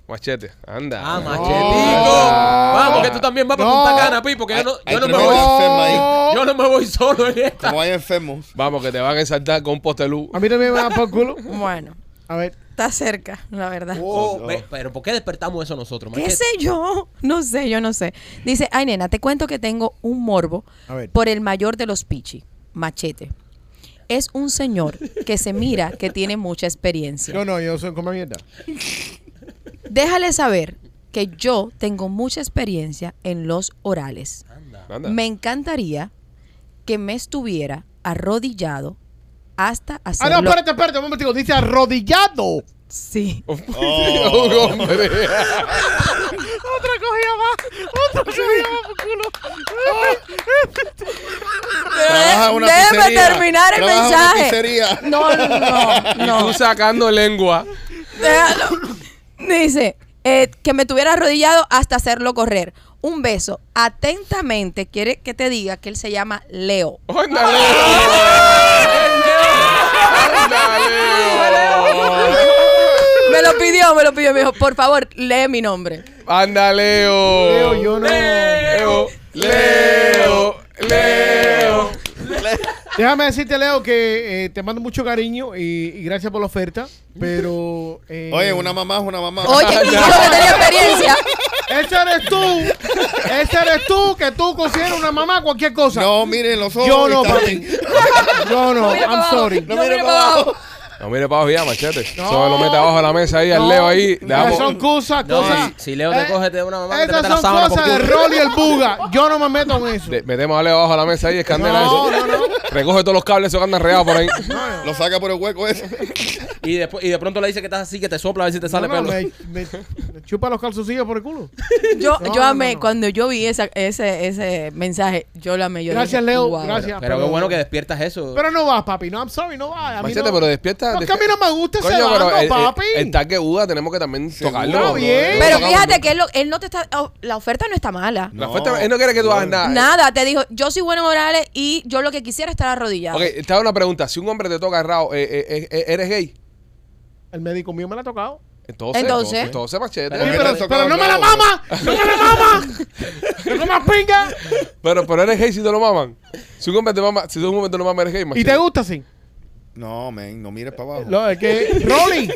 Machete, anda. Ah, machetico. Oh. Vamos, que tú también vas para No. Punta Cana, Pi, porque yo no, Hay yo no me tremendo voy. enfermo ahí. Oh. Yo no me voy solo en esta. Como hay enfermos. Vamos, que te van a ensaltar con un postelú. Ah, A mí también me dan por culo. Bueno, A ver. está cerca, la verdad. Oh, Ve, Pero ¿por qué despertamos eso nosotros, ¿Qué machete? sé yo? No sé, yo no sé. Dice, ay nena, te cuento que tengo un morbo A ver. por el mayor de los pichi, machete. Es un señor que se mira que tiene mucha Yo experiencia. no, yo soy como mierda. Déjale saber que yo tengo mucha experiencia en los orales. Anda. [laughs] Me encantaría que me estuviera arrodillado hasta Ah, hacerlo. no, espérate, espérate, un momentico. Dice arrodillado. Sí. Oh, hombre. Otra cogida más. Otra cogida más por culo. Trabaja en una Déjeme pizzería. terminar el Trabaja en una mensaje. pizzería. No, no, no. Y tú sacando lengua. Déjalo. Dice eh, que me tuviera arrodillado hasta hacerlo correr. Un beso. Atentamente quiere que te diga que él se llama Leo. Ándale. Ándale. Me lo pidió, me lo pidió. Me dijo, por favor, lee mi nombre. Ándale. Oh. Leo, Eh. yo no. Leo, Leo, Leo. Déjame decirte, Leo, que eh, te mando mucho cariño y, y gracias por la oferta, pero... eh, Oye, una mamá es una mamá. Oye, y yo que tenía experiencia. Ese eres tú, ese eres tú, que tú consideras una mamá cualquier cosa. no, miren los ojos. yo no, está papi. bien. [laughs] Yo no, mire I'm para sorry. No No mire mire para para abajo. No, mire para abajo ya, machete. No. Solo lo mete abajo de la mesa ahí, al Leo ahí. No, le damos- son cosas, No, cosas. si- si Leo te coge, te da una mamá que te Estas mete la eh, son sábana cosas por de culo. Rolly el Buga. Yo no me meto en eso. Le- metemos a Leo abajo de la mesa ahí, es candela No, eso. no, no. Recoge todos los cables esos que andan regados por ahí. Lo saca por el hueco ese. Y, después, y de pronto le dice que estás así, que te sopla a ver si te sale No, no, pelo. me, me- me chupa los calzoncillos por el culo. Yo, No, yo no, amé, no. cuando yo vi esa- ese, ese mensaje, yo lo amé. Yo Gracias, dije, Leo. "Wow". Gracias. Pero qué bueno que despiertas eso. Pero no vas, papi. No, I'm sorry, no vas. A mí Machete, no. pero despierta. No, es que despi- a mí no me gusta ese Coño, pero bando, el, el- papi. el tanque Buda tenemos que también tocarlo. Está bien. Pero Tocamos- fíjate que él, lo- él no te está. oh, la oferta no está mala. [laughs] La oferta- él no quiere que tú hagas nada. Nada, te dijo, yo soy bueno en orales y yo lo que quisiera es estar arrodillado. Ok, estaba una pregunta. Si un hombre te toca agarrado, eh, eh, eh, ¿eres gay? El médico mío me la ha tocado. Entonces, Entonces. entonces machete. Sí, Sí, Pero, pero, le tocó pero el no me la clavo. mama. No me la mama. No más pinga. pero, eres gay si te lo maman. Si un hombre te mama, si tú un hombre te lo mama, eres gay, ¿Y machete. te gusta así? No, men, no mires para abajo. Lo, es que. Rolly.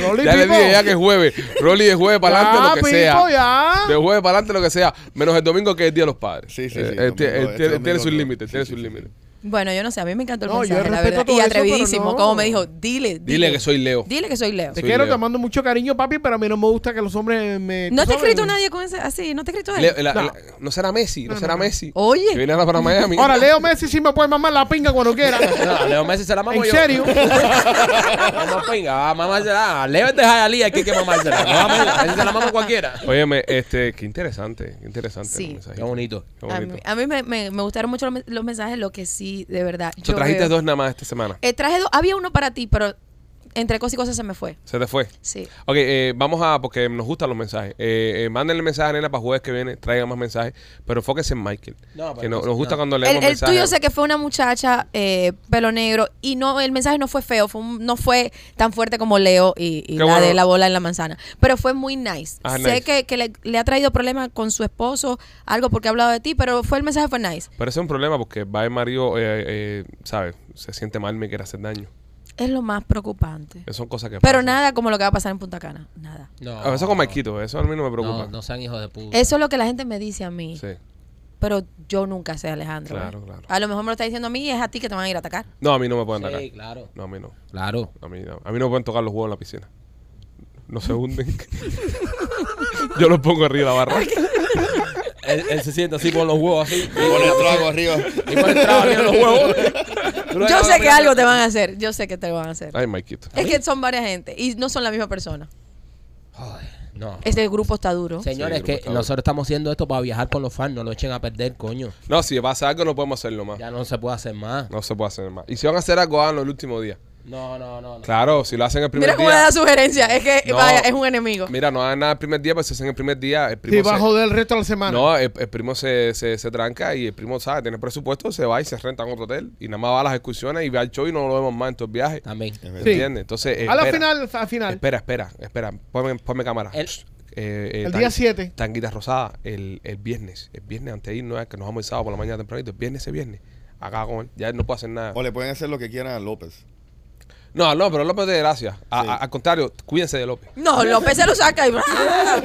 Rolly, Ya le people. dije ya que es jueves. Rolly de jueves para Ya, adelante lo que sea. people, ya. De jueves para adelante lo que sea. Menos el domingo que es el Día de los Padres. Sí, sí, sí, Eh, eh, domingo, tiene- este tiene- domingo tiene sus no. límites, Sí, tiene sí, sus sí, límites. Bueno, yo no sé, a mí me encantó el No, yo mensaje, la respeto verdad. todo Y eso, atrevidísimo, pero no. como me dijo, dile, dile. Dile que soy Leo. Dile que soy Leo. Te Soy quiero, Leo. te mando mucho cariño, papi, pero a mí no me gusta que los hombres me. No tú te ha sabes. escrito nadie con ese, así, no te ha escrito él. Leo, la- No. la- no será Messi, no, será Messi. Oye. Que viene ahora para Miami. Ahora, Leo Messi sí me puede mamar la pinga cuando quiera. No, a Leo Messi se la mamo ¿En yo. [laughs] serio? Mamá pinga, a mamársela. A Leo es de Jayalía, hay que mamársela. No, a Messi, a Messi se la mama cualquiera. Óyeme, este, qué interesante, qué interesante. Sí. el mensajito. Qué bonito. Qué a bonito. mí, a mí me, me- me gustaron mucho los, men- los mensajes, lo que sí, de verdad. Tú yo trajiste veo- dos nada más esta semana. Eh, traje dos, había uno para ti, pero entre cosas y cosas se me fue. Se te fue. Sí. Ok, eh, vamos a, porque nos gustan los mensajes. Eh, eh, mándenle mensaje a Nena para jueves que viene, traigan más mensajes, pero enfóquese en Michael. No, pero que no- entonces, nos gusta no. cuando leemos El, el mensajes. tuyo sé que fue una muchacha eh, pelo negro y no el mensaje no fue feo, fue un- no fue tan fuerte como Leo y, y Qué la bueno. de la bola en la manzana, pero fue muy nice. Ah, sé nice. que, que le, le ha traído problemas con su esposo, algo porque ha hablado de ti, pero fue el mensaje fue nice. Pero ese es un problema porque va el marido, eh, eh, ¿sabes? Se siente mal, me quiere hacer daño. Es lo más preocupante. Esas son cosas que Pero pasan. nada como lo que va a pasar en Punta Cana, nada. No. A veces con Marquito, eso a mí no me preocupa. No, no sean hijos de puta. Eso es lo que la gente me dice a mí, Sí. pero yo nunca sé, Alejandro. Claro, ¿eh? claro. A lo mejor me lo está diciendo a mí y es a ti que te van a ir a atacar. No, a mí no me pueden atacar. Sí, claro. No, a mí no. Claro. A mí, no. a mí no me pueden tocar los huevos en la piscina. No se hunden. [laughs] Yo los pongo arriba de la barra. Él, él se siente así con los huevos así. Con el trago arriba. Y por el trago arriba de los huevos. Tú lo Yo dejas sé que caminando. algo te van a hacer, yo sé que te lo van a hacer. Ay, Maikito. Es que son varias gente y no son la misma persona. Joder, No. Este grupo está duro. Señores, Sí, que grupo, nosotros estamos haciendo esto para viajar con los fans. No lo echen a perder, coño. No, si pasa algo no podemos hacerlo más. Ya no se puede hacer más. No se puede hacer más. Y si van a hacer algo, háganlo el último día. No, no, no. no. Claro, si lo hacen el primer Mira cómo le día. da sugerencia. Es que No. vaya, es un enemigo. Mira, no hagan nada el primer día, pues si hacen el primer día, el primo Sí, se- va a joder el resto de la semana. No, el, el primo se, se, se tranca y el primo sabe, tiene presupuesto, se va y se renta en otro hotel. Y nada más va a las excursiones y va al show y no lo vemos más en estos viajes. También. Sí. ¿Entiendes? Entonces, a la eh, espera. final, a la final. Espera, espera, espera. Ponme, ponme cámara. El- Shh. Eh, eh, El día siete. Tanguita Rosada, el, el viernes. El viernes antes de irnos, es que nos vamos el sábado por la mañana tempranito. El viernes, ese viernes. Acá con él. Ya él no puedo hacer nada. O le pueden hacer lo que quieran a López. No, no, pero López de gracia. A- a- al contrario, cuídense de López. No, López se lo saca [laughs] y.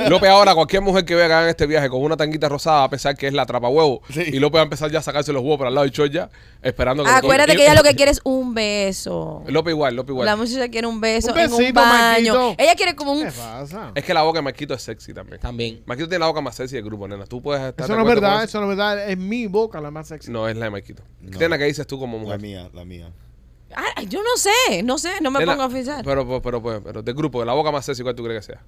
López ahora, cualquier mujer que vea acá en este viaje con una tanguita rosada va a pensar que es la trapa huevo. Sí. Y López va a empezar ya a sacarse los huevos para el lado de Choya, esperando que... Ah, Acuérdate y- que ella lo que quiere es un beso. López igual, López igual. La muchacha quiere un beso Un en un besito, baño. Marquito. Ella quiere como un. ¿Qué pasa? Es que la boca de Marquito es sexy también. También. Marquito tiene la boca más sexy del grupo, nena. Tú puedes estar... Eso de no es acuerdo verdad, con eso no es verdad. Es mi boca la más sexy. No, es la de Marquito. No. Nena, ¿qué dices tú como La mujer? mía, la mía. Ah, yo no sé, no sé, no me Nena, pongo a fijar. Pero, pero, pero, pero, pero del grupo, de la boca más sexy, ¿cuál tú crees que sea?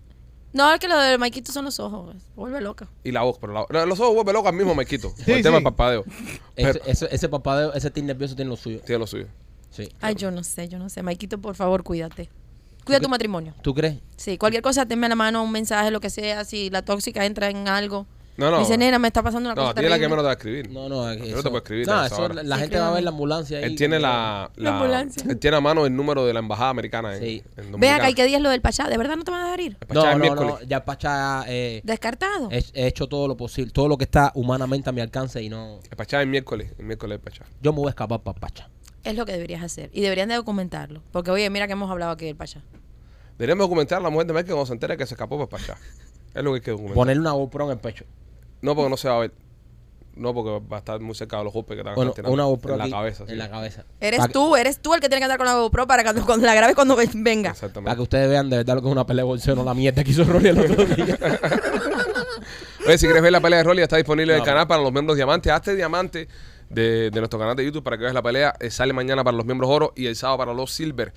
No, es que lo de Maikito son los ojos. pues. Vuelve loca. Y la voz, pero la, no, los ojos vuelve locos al mismo Marquito. por el sí. tema del parpadeo. Ese, ese, ese papadeo, ese tic nervioso tiene lo suyo. Tiene lo suyo. Sí. Ay, yo no sé, yo no sé. Maikito, por favor, cuídate. Cuida tu matrimonio. ¿Tú crees? Sí, cualquier cosa, tenme la mano, un mensaje, lo que sea. Si la tóxica entra en algo, No, no. Me dice, nena, me está pasando una No, cosa tiene la que terrible". menos te va a escribir. No, no, eso, no te puedo escribir No, a esa eso, hora. la la Sí, gente claro. va a ver la ambulancia ahí. Él tiene la, La ambulancia. Él tiene a mano el número de la embajada americana. En, Sí. en Ve Dominicana. acá, ¿y qué día es lo del Pachá? ¿De verdad no te van a dejar ir? El Pachá No, es no, no, miércoles. ya Pacha eh, ¿Descartado? he, he hecho todo lo posible, todo lo que está humanamente a mi alcance y no... El Pachá es miércoles. El miércoles es Pachá. Yo me voy a escapar para Pacha. Es lo que deberías hacer. Y deberían de documentarlo. Porque, oye, mira que hemos hablado aquí del Pachá. Deberíamos documentar a la mujer de Merkel cuando se entera que se escapó para Pachá. Es lo que hay que documentar. Ponerle una GoPro en el pecho. No, porque no se va a ver. No, porque va a estar muy cerca de los golpes que te van a Bueno, estar tirando una GoPro Ah, en la aquí, cabeza. sí. En la cabeza. Eres Pa' que- tú, eres tú el que tiene que andar con la GoPro para cuando, cuando la grabes cuando ve- venga. Para que Exactamente. ustedes vean de verdad lo que es una pelea de bolseo, no la mierda que hizo Rolly el otro [laughs] día. Oye, si quieres ver la pelea de Rolly, está disponible en el canal para los miembros diamantes. Hazte diamante de, de nuestro canal de YouTube para que veas la pelea. Eh, sale mañana para los miembros oro y el sábado para los silver.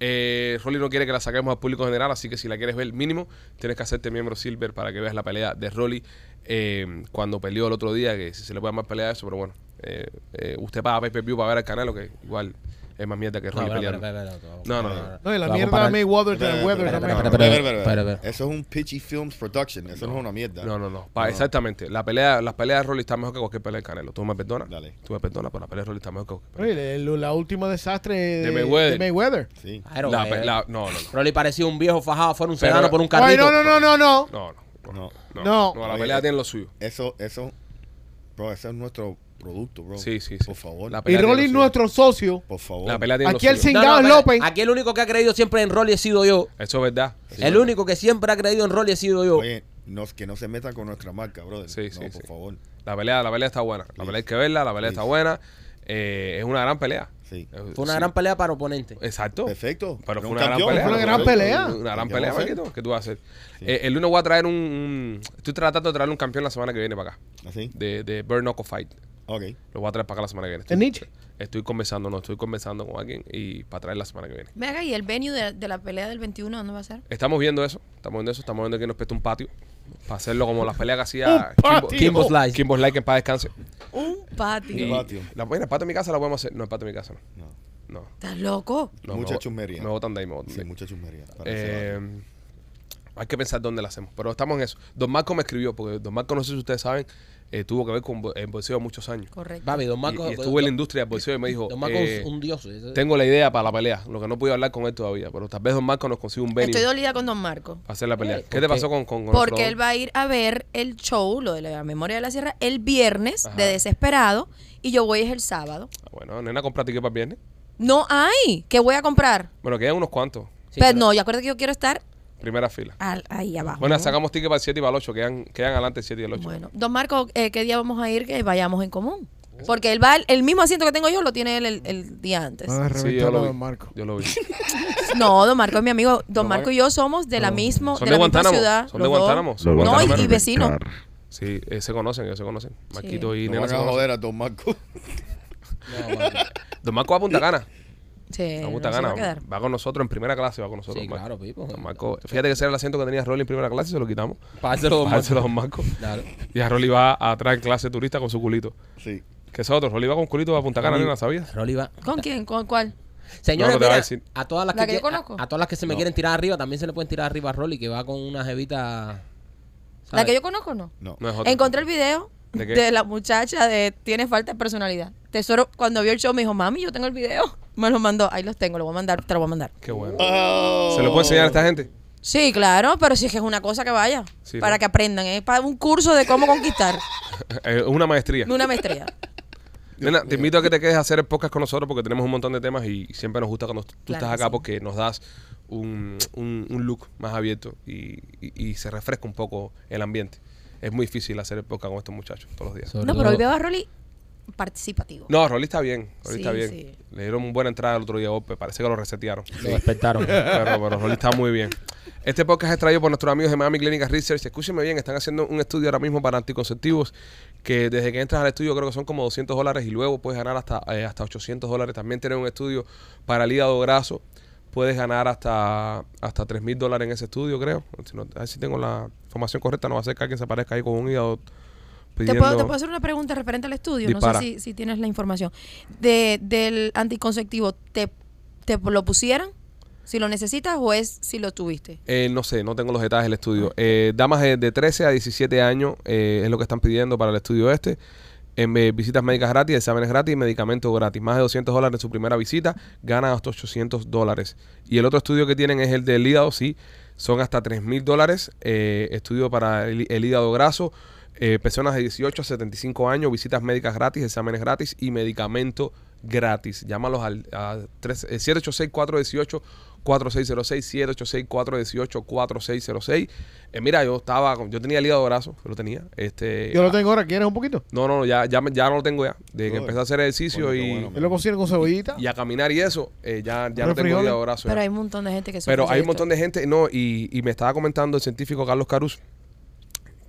Eh, Rolly no quiere que la saquemos al público general, así que si la quieres ver mínimo, tienes que hacerte miembro silver para que veas la pelea de Rolly eh, cuando peleó el otro día, que si se le puede llamar pelea a eso, pero bueno. eh, eh, usted paga pay per view para ver el canal, lo que igual es más mierda que No, Rolly espera, peleando. espera, espera, espera, No, no, espera, no. No, y la Lo hago mierda para- de Mayweather Espera, de Weather espera, también. espera, Espera, Pero- espera, pero- espera. pero- Eso es un Pitchy Films Production. Eso no, es una mierda. No, no, no. Pa- Exactamente. La pelea, las peleas de Rolly están mejor que cualquier pelea de Canelo. Tú me perdonas. Dale. Tú me perdonas, pero la pelea de Rolly está mejor que cualquier pelea. Oye, el- la última desastre de, De Mayweather. de Mayweather. Sí. Claro, La eh, pe- la- no, no, no. Rolly parecía un viejo fajado fuera un Pero- sedano por un Ay, carrito. no, no, no, no, no. No, no. No. No, No. no, la pelea tiene lo suyo. Eso, eso. Bro, ese es nuestro producto, bro. Sí, sí, sí. Por favor. La pe- Y pelea Rolly tiene es lo nuestro socio. por favor. La pelea tiene Aquí lo el suyo. No, no, cingado es espera. López. Aquí el único que ha creído siempre en Rolly he sido yo. Eso es verdad. el único que siempre ha creído en Rolly he sido yo. Oye, nos, que no se metan con nuestra marca, brother. Sí, no, sí, por sí. favor. La pelea, la pelea está buena. La pelea hay que verla, la pelea está buena. Eh, es una gran pelea. Sí. Es- Fue una sí. gran pelea para oponente. Exacto. Perfecto. Pero Era fue un una gran campeón, pelea. Fue una gran pelea. Una gran Ya pelea, vamos a hacer. Marquito. ¿Qué tú vas a hacer? Eh, el lunes voy a traer un, un- Estoy tratando de traer un campeón la semana que viene para acá. Así. De, de Burn Knuckle Fight. Ok. Lo voy a traer para acá la semana que viene. ¿En Nietzsche? Estoy conversando, no, estoy conversando con alguien y para traer la semana que viene. Ve acá, ¿y el venue de, de la pelea del 21 dónde va a ser? Estamos viendo eso, estamos viendo eso, estamos viendo que nos presta un patio para hacerlo como las peleas que hacía Kimbo- patio. Kimbo Kimbo Slice. Slice. Kimbo Slice que en paz descanse. Un Y patio. Un patio. La, bueno, el patio de mi casa la podemos hacer. No, el patio de mi casa no. No. No. ¿Estás loco? no Mucha me bo- chusmería. Me botan de ahí, me botan Sí, de ahí. mucha chusmería. para ese lado. Eh, hay que pensar dónde la hacemos, pero estamos en eso. Don Marco me escribió, porque Don Marco, no sé si ustedes saben, eh, tuvo que ver con bo- el boxeo muchos años. Correcto. Papi, Don Marco. y, y estuvo en la industria del boxeo y me dijo, Don Marco eh, es un dios. ese- tengo la idea para la pelea, lo que no pude hablar con él todavía, pero tal vez Don Marco nos consiga un venue Estoy dolida con Don Marco. para hacer la pelea. Eh, ¿Qué ¿por te qué? pasó con, con, con Porque Alfredo? él va a ir a ver el show, lo de la memoria de la sierra, el viernes Ajá. de Desesperado y yo voy es el sábado. Ah, Bueno, nena, compra ticket para el viernes. No hay. ¿Qué voy a comprar? Bueno, quedan unos cuantos. Sí, pero, pero- no, y acuérdate que yo quiero estar Primera fila. al- ahí abajo. Bueno, ¿no? sacamos ticket para el 7 y para el 8. Quedan, quedan adelante el 7 y el 8. Ah, Bueno, don Marco, eh, ¿qué día vamos a ir que vayamos en común? Porque él va, al- el mismo asiento que tengo yo lo tiene él el, el día antes. Ah, Sí, yo lo reventarlo vi. de Marco. Yo lo [laughs] vi. No, don Marco es mi amigo. Don No, Marco Mar- y yo somos de la misma, Son de de la misma Guantánamo. ciudad. Son de los dos. Guantánamo. Son No, y, y guantánamo. vecino. Sí, eh, se conocen, ellos se conocen. Marquito y No nena van se a conocen. joder a Don Marco. [laughs] No, Marco. Don Marco va a Punta Cana. Sí, A no Punta Eh, se va a Cana. quedar. Va con nosotros en primera clase. Va con nosotros. Sí, Marco. claro, pues, Pipo. Don Marco, fíjate que ese era el asiento que tenía Rolly en primera clase y se lo quitamos. Párselo, Don Marco. Párselo a Don Marco. Claro. Y a Rolly va a traer clase turista con su culito. Sí. Que es otro. Rolly va con culito a Punta Cana, nena, ¿sabías? Rolly va. ¿Con quién? ¿Con cuál? Señores, No, no te va a mira, decir. a todas las ¿La que yo quie- conozco? A, a todas las que se me quieren tirar arriba, también se le pueden tirar arriba a Rolly, que va con una jevita. ¿La ¿sabes? que yo conozco o no? No. No es otro. Encontré el video ¿De ¿De, qué? la muchacha de Tiene falta de personalidad. Tesoro, cuando vio el show me dijo, mami, yo tengo el video. [laughs] Me lo mandó. Ahí los tengo, lo voy a mandar, te lo voy a mandar. Qué bueno. Oh. ¿Se lo puede enseñar a esta gente? [laughs] Sí, claro, pero si es que es una cosa que vaya. Sí, para ¿no? que aprendan. Es para un curso de [laughs] cómo conquistar Eh, una maestría. una maestría. Nena, te invito a que te quedes a hacer el podcast con nosotros porque tenemos un montón de temas y siempre nos gusta cuando tú Claro estás que acá sí. porque nos das un, un- un look más abierto y, y- y se refresca un poco el ambiente. Es muy difícil hacer el podcast con estos muchachos todos los días. Sobre No, pero hoy todo- veo a Rolly participativo. No, Rolly está bien, Rolly Sí, está bien. sí. Le dieron una buena entrada el otro día, Ope, parece que lo resetearon. Lo despertaron. [laughs] Pero, pero Rolly está muy bien. Este podcast es traído por nuestros amigos de Miami Clinic Research. Escúcheme bien, están haciendo un estudio ahora mismo para anticonceptivos que desde que entras al estudio creo que son como 200 dólares y luego puedes ganar hasta, eh, hasta 800 dólares. También tienen un estudio para el hígado graso. Puedes ganar hasta, hasta 3 mil dólares en ese estudio, creo. Si no- a ver si tengo la información correcta, no va a ser que alguien se aparezca ahí con un hígado ¿Te pidiendo... puedo, te puedo hacer una pregunta referente al estudio? Dispara. No sé si, si tienes la información. De, del anticonceptivo, ¿te, ¿te lo pusieran? Si lo necesitas o es si lo tuviste. Eh, no sé, no tengo los detalles del estudio. Eh, damas de, de 13 a 17 años eh, es lo que están pidiendo para el estudio este. En, eh, visitas médicas gratis, exámenes gratis, medicamentos gratis. Más de 200 dólares en su primera visita, ganan hasta 800 dólares. Y el otro estudio que tienen es el del hígado, sí, son hasta 3 mil dólares. eh, estudio para el, el hígado graso, eh, personas de 18 a 75 años, visitas médicas gratis, exámenes gratis y medicamento gratis. Llámalos al a tres- eh, 786-418. 4606 786 418 4606 Eh, mira yo estaba con- yo tenía el hígado graso yo lo tenía este Yo lo tengo ahora, ¿quieres un poquito? no, no, ya, ya, me- ya no lo tengo ya. De que Joder. empecé a hacer ejercicio Coño, qué y, bueno, Él lo consigue con cebollita. y a caminar y eso, eh, ya, ya no Pero tengo frijoles. hígado graso. ya. Pero hay un montón de gente que sufre Pero hay de un esto. montón de gente, no, y, y me estaba comentando el científico Carlos Carus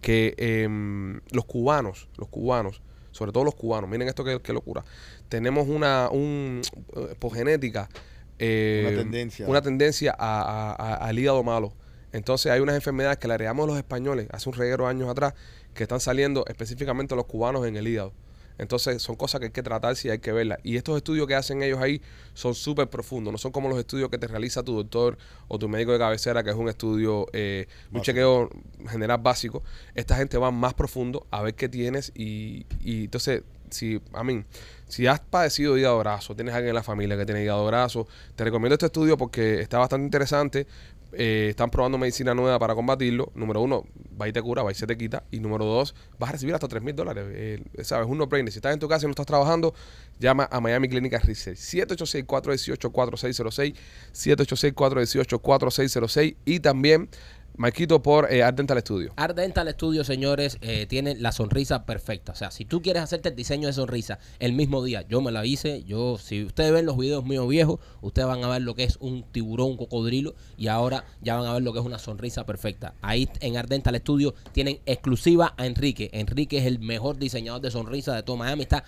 que em, los cubanos, los cubanos, sobre todo los cubanos, miren esto que, que locura, tenemos una un, eh, por genética, eh, Una tendencia. una tendencia a- a- a- al hígado malo. Entonces hay unas enfermedades que le heredamos a los españoles hace un reguero de años atrás que están saliendo específicamente a los cubanos en el hígado. Entonces son cosas que hay que tratar si hay que verlas. Y estos estudios que hacen ellos ahí son súper profundos. No son como los estudios que te realiza tu doctor o tu médico de cabecera, que es un estudio, eh, un chequeo general básico. Esta gente va más profundo a ver qué tienes y, y entonces si, a mí, si has padecido hígado graso, tienes alguien en la familia que tiene hígado graso, te recomiendo este estudio porque está bastante interesante. Eh, están probando medicina nueva para combatirlo. Número uno, va y te cura, va y se te quita. Y número dos, vas a recibir hasta 3 mil dólares. Eh, ¿Sabes? Un no-brainer. Si estás en tu casa y no estás trabajando, llama a Miami Clinic Research. 786-418-4606. 786-418-4606. Y también, Marquito, por eh, Art Dental Studio. Art Dental Studio, señores, eh, tiene la sonrisa perfecta. O sea, si tú quieres hacerte el diseño de sonrisa el mismo día, yo me la hice. Yo, si ustedes ven los videos míos viejos, ustedes van a ver lo que es un tiburón, un cocodrilo, y ahora ya van a ver lo que es una sonrisa perfecta. Ahí en Art Dental Studio tienen exclusiva a Enrique. Enrique es el mejor diseñador de sonrisa de todo Miami. Está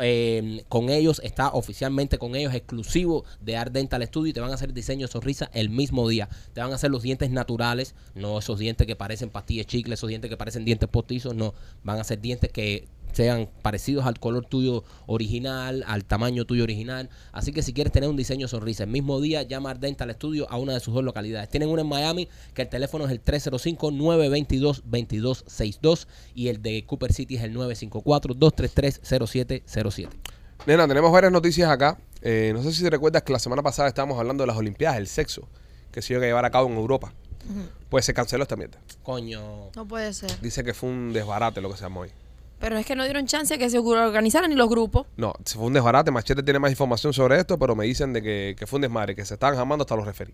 eh, con ellos, está oficialmente con ellos, exclusivo de Art Dental Studio y te van a hacer diseño de sonrisa el mismo día. Te van a hacer los dientes naturales, no esos dientes que parecen pastillas chicle, esos dientes que parecen dientes postizos, no. Van a ser dientes que sean parecidos al color tuyo original, al tamaño tuyo original. Así que si quieres tener un diseño de sonrisa el mismo día, llama a Art Dental Studio a una de sus dos localidades. Tienen una en Miami que el teléfono es el 305-922-2262 y el de Cooper City es el 954-233-0707. Nena, tenemos varias noticias acá. Eh, no sé si recuerdas que la semana pasada estábamos hablando de las Olimpiadas, el sexo, que se iba a llevar a cabo en Europa. Pues se canceló esta mierda. Coño. No puede ser. Dice que fue un desbarate lo que se llamó hoy. Pero es que no dieron chance a que se organizaran ni los grupos. No, se fue un desbarate. Machete tiene más información sobre esto, pero me dicen de que, que fue un desmadre, que se estaban jamando hasta los referí.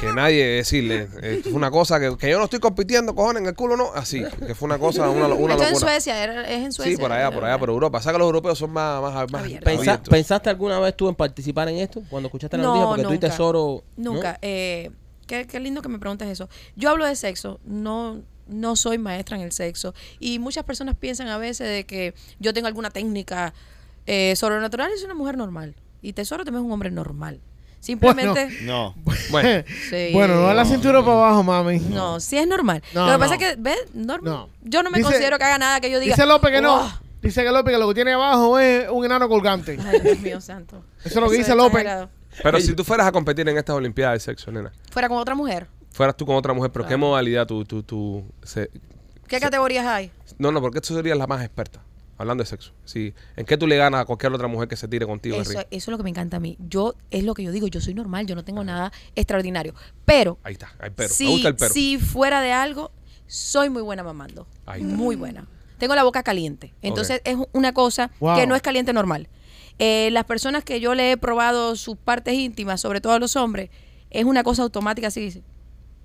que nadie decirle. eh, fue una cosa que, que yo no estoy compitiendo, cojones, en el culo no. Así, que fue una cosa, una, lo- una Esto es en locura. Suecia, era- es en Suecia. Sí, por allá, por allá, por Europa. O sea que los europeos son más, más, más Abiertos. Pensa- abiertos. ¿Pensaste alguna vez tú en participar en esto? Cuando escuchaste la No, noticia, porque tú y nunca. Tesoro. ¿no? Nunca. Eh, qué, qué lindo que me preguntes eso. Yo hablo de sexo, no no soy maestra en el sexo. Y muchas personas piensan a veces de que yo tengo alguna técnica eh, sobrenatural y soy una mujer normal. Y Tesoro también es un hombre normal. Simplemente... No. Bueno, Sí. [laughs] bueno, no a la No, cintura para abajo, mami. No, sí es normal. No, lo que no. pasa es que, ¿ves? No, No. Yo no me Dice- considero que haga nada que yo diga. "Oh, Dice López que no. "Wow". Dice que López que lo que tiene abajo es un enano colgante. Ay, Dios mío, santo. Eso es lo que dice es López. exagerado. pero si tú fueras a competir en estas Olimpiadas del sexo, nena, Fuera con otra mujer. fueras tú con otra mujer, pero ¿qué modalidad tú, tú, tú se- ¿Qué categorías hay? No, no, porque tú serías la más experta, hablando de sexo. Sí. ¿En qué tú le ganas a cualquier otra mujer que se tire contigo? Eso, Enrique? eso es lo que me encanta a mí. Yo, es lo que yo digo, yo soy normal, yo no tengo nada extraordinario. Pero, Ahí está, hay pero. si, Me gusta el pero. si fuera de algo, soy muy buena mamando. Ahí Mm. está. Muy buena. Tengo la boca caliente. Entonces, es una cosa Wow. que no es caliente normal. Eh, las personas que yo le he probado sus partes íntimas, sobre todo a los hombres, es una cosa automática. Así dice,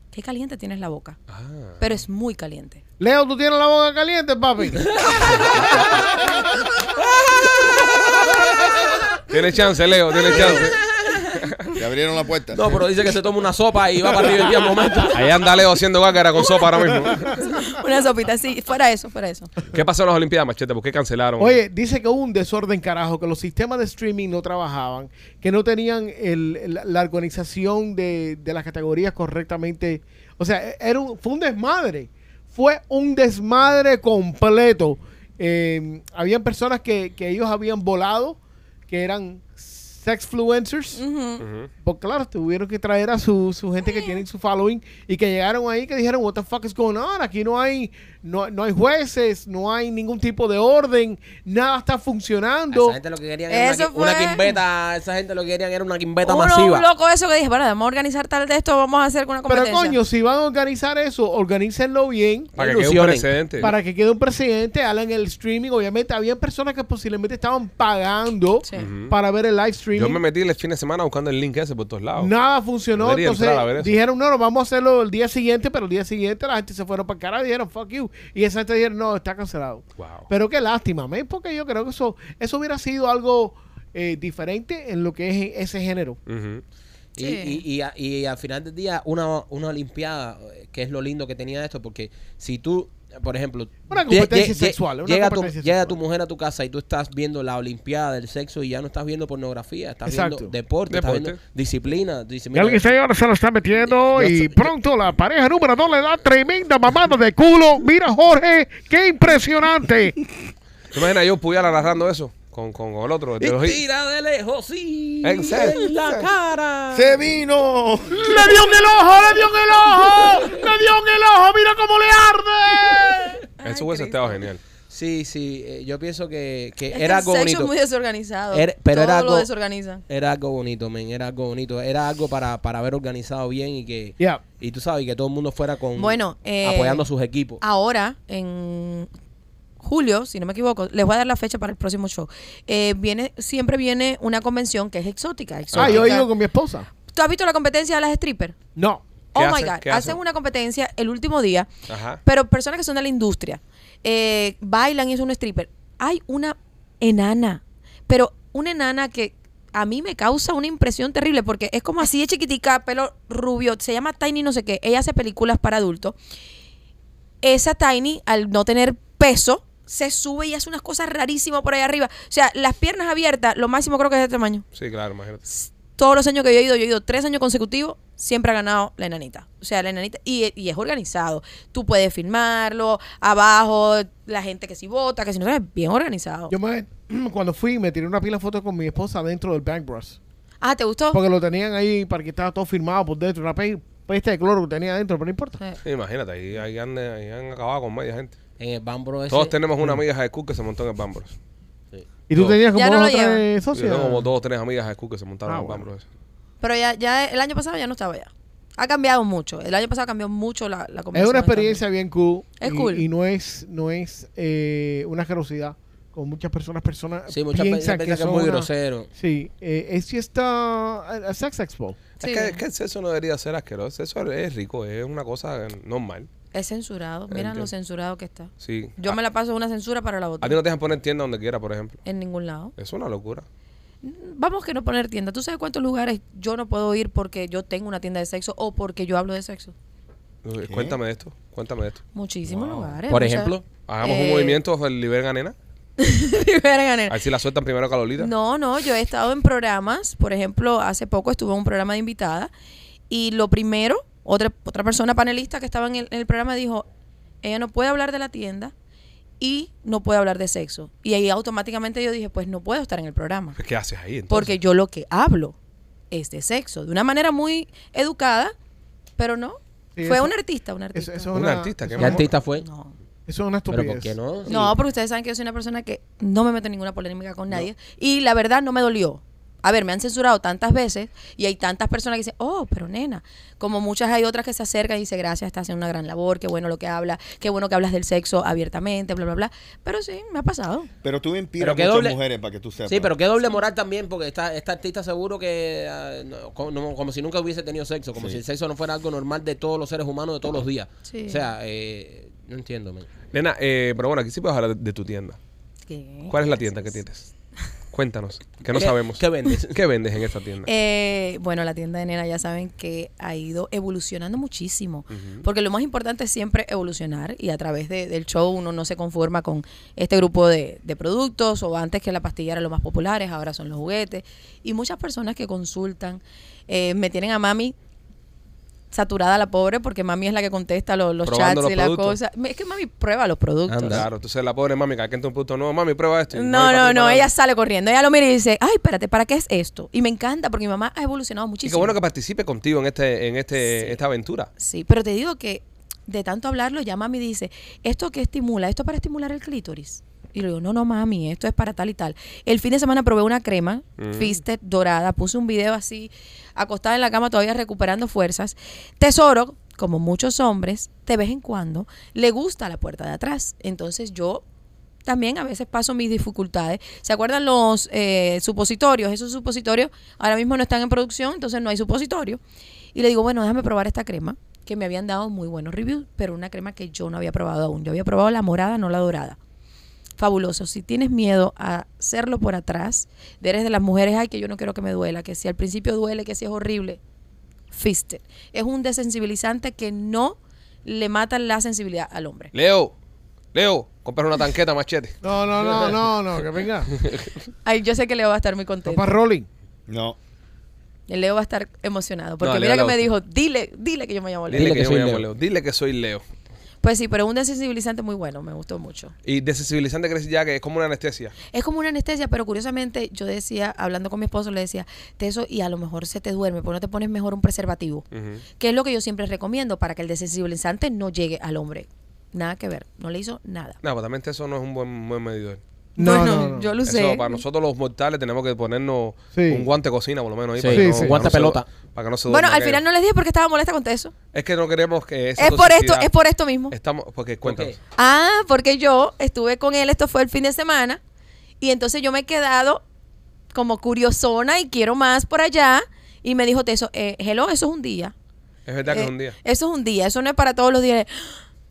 qué caliente tienes la boca. Ah. Pero es muy caliente. Leo, tú tienes la boca caliente, [laughs] papi. Tiene chance, Leo, [laughs] tiene chance. Te abrieron la puerta. No, pero dice que se toma una sopa y va para arriba el día al momento. Ahí anda Leo haciendo gácara con sopa ahora mismo. Una sopita así, fuera eso, fuera eso. ¿Qué pasó en las Olimpiadas, Machete? ¿Por qué cancelaron? Oye, dice que hubo un desorden, carajo, que los sistemas de streaming no trabajaban, que no tenían el- el- la organización de, de las categorías correctamente. O sea, e, era un, fue un desmadre. Fue un desmadre completo. Em, Eh, habían personas que, que ellos habían volado, que eran sexfluencers. Porque Pues claro, tuvieron que traer a su, su gente que tienen su following y que llegaron ahí que dijeron, what the fuck is going on? Aquí no hay, no, no hay jueces, no hay ningún tipo de orden, nada está funcionando. Esa gente lo que querían era Eso una, qui- una fue- quimbeta. Esa gente lo que querían era una quimbeta Uno, masiva. un loco eso que dije, bueno, vamos a organizar tal de esto, vamos a hacer una Pero competencia. coño, si van a organizar eso, organícenlo bien. Para que quede un Ilusionen. precedente. Para que quede un presidente, hagan el streaming. Obviamente, había personas que posiblemente estaban pagando Sí. para ver el live streaming. Yo me metí el fin de semana buscando el link ese por todos lados. Nada funcionó. Debería Entonces entrar a ver eso. dijeron, no, no, vamos a hacerlo el día siguiente, pero el día siguiente la gente se fueron para el carajo y dijeron, fuck you. Y esa gente dijeron, no, está cancelado. Wow. Pero qué lástima, men, porque yo creo que eso, eso hubiera sido algo eh, diferente en lo que es ese género. Ujú. Y, Sí. y- y a- y al final del día, una, una Olimpiada, eh, que es lo lindo que tenía esto, porque si tú, eh, por ejemplo, Una lle- competencia lle- sexual, lle- una llega, competencia tu, llega tu sexual. mujer a tu casa y tú estás viendo la Olimpiada del sexo y ya no estás viendo pornografía, estás Exacto. viendo deporte, Deporte. estás viendo disciplina. dice, Y mira, alguien ahora se lo está metiendo Yo- y yo- pronto la pareja número dos le da tremenda mamada de culo. Mira, Jorge, qué [laughs] impresionante. ¿Te imaginas yo pudiera narrando eso con, con, con el otro? el de los y hits? tira de lejos, sí, En serio. en la cara. ¡Se vino! ¡Le dio en el ojo! ¡Le dio en el ojo! ¡Le dio en el ojo! ¡Mira cómo le arde! Ay, Eso hubiese Cristo. estado genial. Sí, sí, eh, yo pienso que, que Es Este que era el algo Este sexo bonito. es muy desorganizado. Era- pero Todo era lo algo- desorganiza. Era algo bonito, men, era algo bonito. Era algo para, para haber organizado bien y que... Ya. Y tú sabes, y que todo el mundo fuera con... Bueno, eh, apoyando a sus equipos. Ahora, en julio, si no me equivoco, les voy a dar la fecha para el próximo show. Eh, viene, siempre viene una convención que es exótica. exótica. Ah, yo he ido con mi esposa. ¿Tú has visto la competencia de las strippers? No. ¿Qué Oh my hacen? God. ¿Qué hacen? hacen? una competencia el último día, Ajá. pero personas que son de la industria eh, bailan y es un stripper. Hay una enana, pero una enana que a mí me causa una impresión terrible porque es como así de chiquitica, pelo rubio, se llama Tiny no sé qué. Ella hace películas para adultos. Esa Tiny, al no tener peso, se sube y hace unas cosas rarísimas por ahí arriba. O sea, las piernas abiertas, lo máximo creo que es de este tamaño Sí, claro, imagínate. todos los años que yo he ido, yo he ido tres años consecutivos, siempre ha ganado la enanita. O sea, la enanita, y, y es organizado. Tú puedes filmarlo, abajo, la gente que si vota, que si no es bien organizado. Yo me, [clears throat] cuando fui, me tiré una pila de fotos con mi esposa dentro del Bank Bros. ah, ¿te gustó? Porque lo tenían ahí para que estaba todo firmado por dentro. Una pe- peste de cloro que tenía adentro, pero no importa. Eh, Sí, imagínate, ahí, ahí han, ahí han acabado con media gente. En el Bambro Pues ese. Todos tenemos Mm. una amiga high school que se montó en el Bambros. ¿Y tú No. tenías como Ya no dos lo o tres llevan. Yo socios? tengo como dos o tres amigas high school que se montaron Ah, en el bueno. Bambros. pero ya, ya el año pasado ya no estaba ya. Ha cambiado mucho. El año pasado cambió mucho la, la Es conversación una experiencia bien cool. Es y, cool. Y no es, no es eh, una generosidad. Como muchas personas, personas Sí, muchas piensan veces que, es son muy una- grosero. Sí, eh, es fiesta eh, sex expo. Sí. Es, que, es que el sexo no debería ser asqueroso. El sexo es rico, es una cosa normal. Es censurado. Mira Entiendo. lo censurado que está. Sí. Yo Ah. a, me la paso una censura para la a ti no botella. te dejan poner tienda donde quiera, por ejemplo. En ningún lado. Es una locura. Vamos que no poner tienda. ¿Tú sabes cuántos lugares yo no puedo ir porque yo tengo una tienda de sexo o porque yo hablo de sexo? Cuéntame de esto, cuéntame de esto. Muchísimos lugares. Por muchas- [laughs] ejemplo, Hagamos un Eh, movimiento, Liberen a Nena. Libera Ganera. A ver si la sueltan primero a Carolita. No, no, yo he estado en programas. Por ejemplo, hace poco estuve en un programa de invitada y lo primero, otra, otra persona panelista que estaba en el, en el programa dijo, ella no puede hablar de la tienda y no puede hablar de sexo. Y ahí automáticamente yo dije, pues no puedo estar en el programa. Pues, ¿Qué haces ahí entonces? Porque yo lo que hablo es de sexo, de una manera muy educada, pero no. Sí, Fue eso- un artista, un artista. Eso, eso es Un una, artista, qué eso ¿Qué es una- artista fue? No. Eso es una Pero estupidez. ¿por qué no? No, porque ustedes saben que yo soy una persona que no me meto en ninguna polémica con nadie. Y la verdad no me dolió. A ver, me han censurado tantas veces y hay tantas personas que dicen, oh, pero nena. Como muchas hay otras que se acercan y dicen, gracias, estás haciendo una gran labor, qué bueno lo que habla, qué bueno que hablas del sexo abiertamente, bla, bla, bla. Pero sí, me ha pasado. Pero tú Pero inspiras qué muchas doble- mujeres para que tú sepas. Sí, pero qué doble moral también, porque esta, esta artista seguro que ah, no, como, no- como si nunca hubiese tenido sexo, como Sí. si el sexo no fuera algo normal de todos los seres humanos de todos los días. Sí. O sea, eh, no entiendo, men. Nena, eh, pero bueno, aquí sí puedes hablar de, de tu tienda. ¿Qué? ¿Cuál es la tienda que [laughs] tienes? Cuéntanos, que no ¿Qué- sabemos. qué vendes? ¿Qué vendes en esta tienda? Eh, bueno, la tienda de nena ya saben que ha ido evolucionando muchísimo, porque lo más importante es siempre evolucionar y a través de- del show uno no se conforma con este grupo de, de productos o antes que la pastilla era lo más populares, ahora son los juguetes y muchas personas que consultan eh, me tienen a mami saturada la pobre porque mami es la que contesta los, los Probando chats los y las productos. Ah, cosas. Es que mami prueba los productos. Anda. Claro, entonces la pobre mami, que aquí entra un producto nuevo, mami, prueba esto. Y No, mami, no, papi, no, para- ella sale corriendo. Ella lo mira y dice, ay, espérate, ¿para qué es esto? Y me encanta porque mi mamá ha evolucionado Y muchísimo. qué bueno que participe contigo en este, en este, esta aventura. Sí, pero te digo que de tanto hablarlo, ya mami dice, ¿esto qué estimula? ¿Esto es para estimular el clítoris? Y le digo, no, no, mami, esto es para tal y tal. El fin de semana probé una crema, Fisted, dorada, puse un video así, acostada en la cama todavía recuperando fuerzas. Tesoro, como muchos hombres, de vez en cuando, le gusta la puerta de atrás. Entonces yo también a veces paso mis dificultades. ¿Se acuerdan los eh, supositorios? Esos supositorios ahora mismo no están en producción, entonces no hay supositorio. Y le digo, bueno, déjame probar esta crema, que me habían dado muy buenos reviews, pero una crema que yo no había probado aún. Yo había probado la morada, no la dorada. Fabuloso. Si tienes miedo a hacerlo por atrás, eres de las mujeres, ay, que yo no quiero que me duela, que si al principio duele, que si es horrible, Fisted. Es un desensibilizante que no le mata la sensibilidad al hombre. Leo, Leo, comprar una tanqueta machete. No, no, no, no, no, que [laughs] venga. Ay, yo sé que Leo va a estar muy No contento. para [laughs] Rolling. No. El Leo va a estar emocionado. Porque No, Leo mira le que me gusta. dijo, dile, dile que yo me llamo Dile, Leo. que, que yo soy me llamo Leo. Leo. Dile que soy Leo. Pues sí, pero un desensibilizante muy bueno, me gustó mucho. Y desensibilizante crees ya que es como una anestesia. Es como una anestesia, pero curiosamente yo decía, hablando con mi esposo, le decía, te eso y a lo mejor se te duerme, porque no te pones mejor un preservativo. Ujú. Que es lo que yo siempre recomiendo para que el desensibilizante no llegue al hombre. Nada que ver, no le hizo nada. No, pero también eso no es un buen, buen medidor. No, bueno, no, no. yo lo Eso, usé. para nosotros los mortales tenemos que ponernos Sí. un guante de cocina, por lo menos. Ahí, Sí, para que sí, no- sí. para Guante no se- pelota. Para que no se Bueno, duerma, al que- final no les dije porque estaba molesta con eso. Es que no queremos que esa Es por esto, toxicidad- es por esto mismo. Estamos, porque cuéntanos. Ok. Ah, porque yo estuve con él, esto fue el fin de semana, y entonces yo me he quedado como curiosona y quiero más por allá, y me dijo Teso, eh, hello, eso es un día. Es verdad que Eh, es un día. Eso es un día, eso no es para todos los días.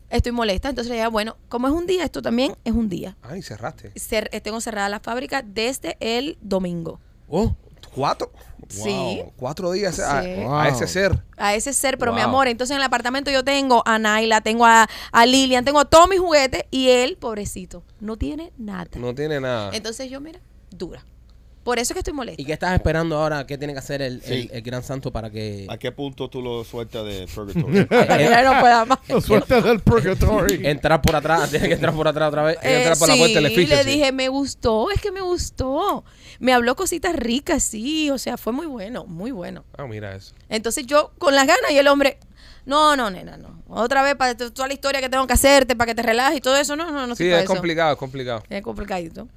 Estoy molesta, entonces le dije, bueno, como es un día, esto también es un día. Ay, Ah, cerraste. Cer- eh, tengo cerrada la fábrica desde el domingo. Oh, cuatro. Sí. Cuatro días a, Sí. a ese ser. A ese ser, pero mi Wow. amor, entonces en el apartamento yo tengo a Naila, tengo a, a Lilian, tengo a todos mis juguetes y él, pobrecito, no tiene nada. No tiene nada. Entonces yo, mira, dura. Por eso es que estoy molesta. ¿Y qué estás esperando ahora? ¿Qué tiene que hacer el, Sí. el- el gran santo para que... ¿A qué punto tú lo sueltas [laughs] de purgatorio? [laughs] Para que ya no pueda más. Lo suelta del purgatorio. Entrar por atrás, [laughs] tiene que entrar por atrás otra vez. que entrar por la eh, sí, puerta del edificio, le sí. dije, me gustó, es que me gustó. Me habló cositas ricas, sí, o sea, fue muy bueno, muy bueno. Ah, mira eso. Entonces yo con las ganas y el hombre, no, no, nena, no. Otra vez para t- toda la historia que tengo que hacerte, para que te relajes y todo eso, no, no, no. sí, sé todo es eso. complicado, es complicado. Es complicadito.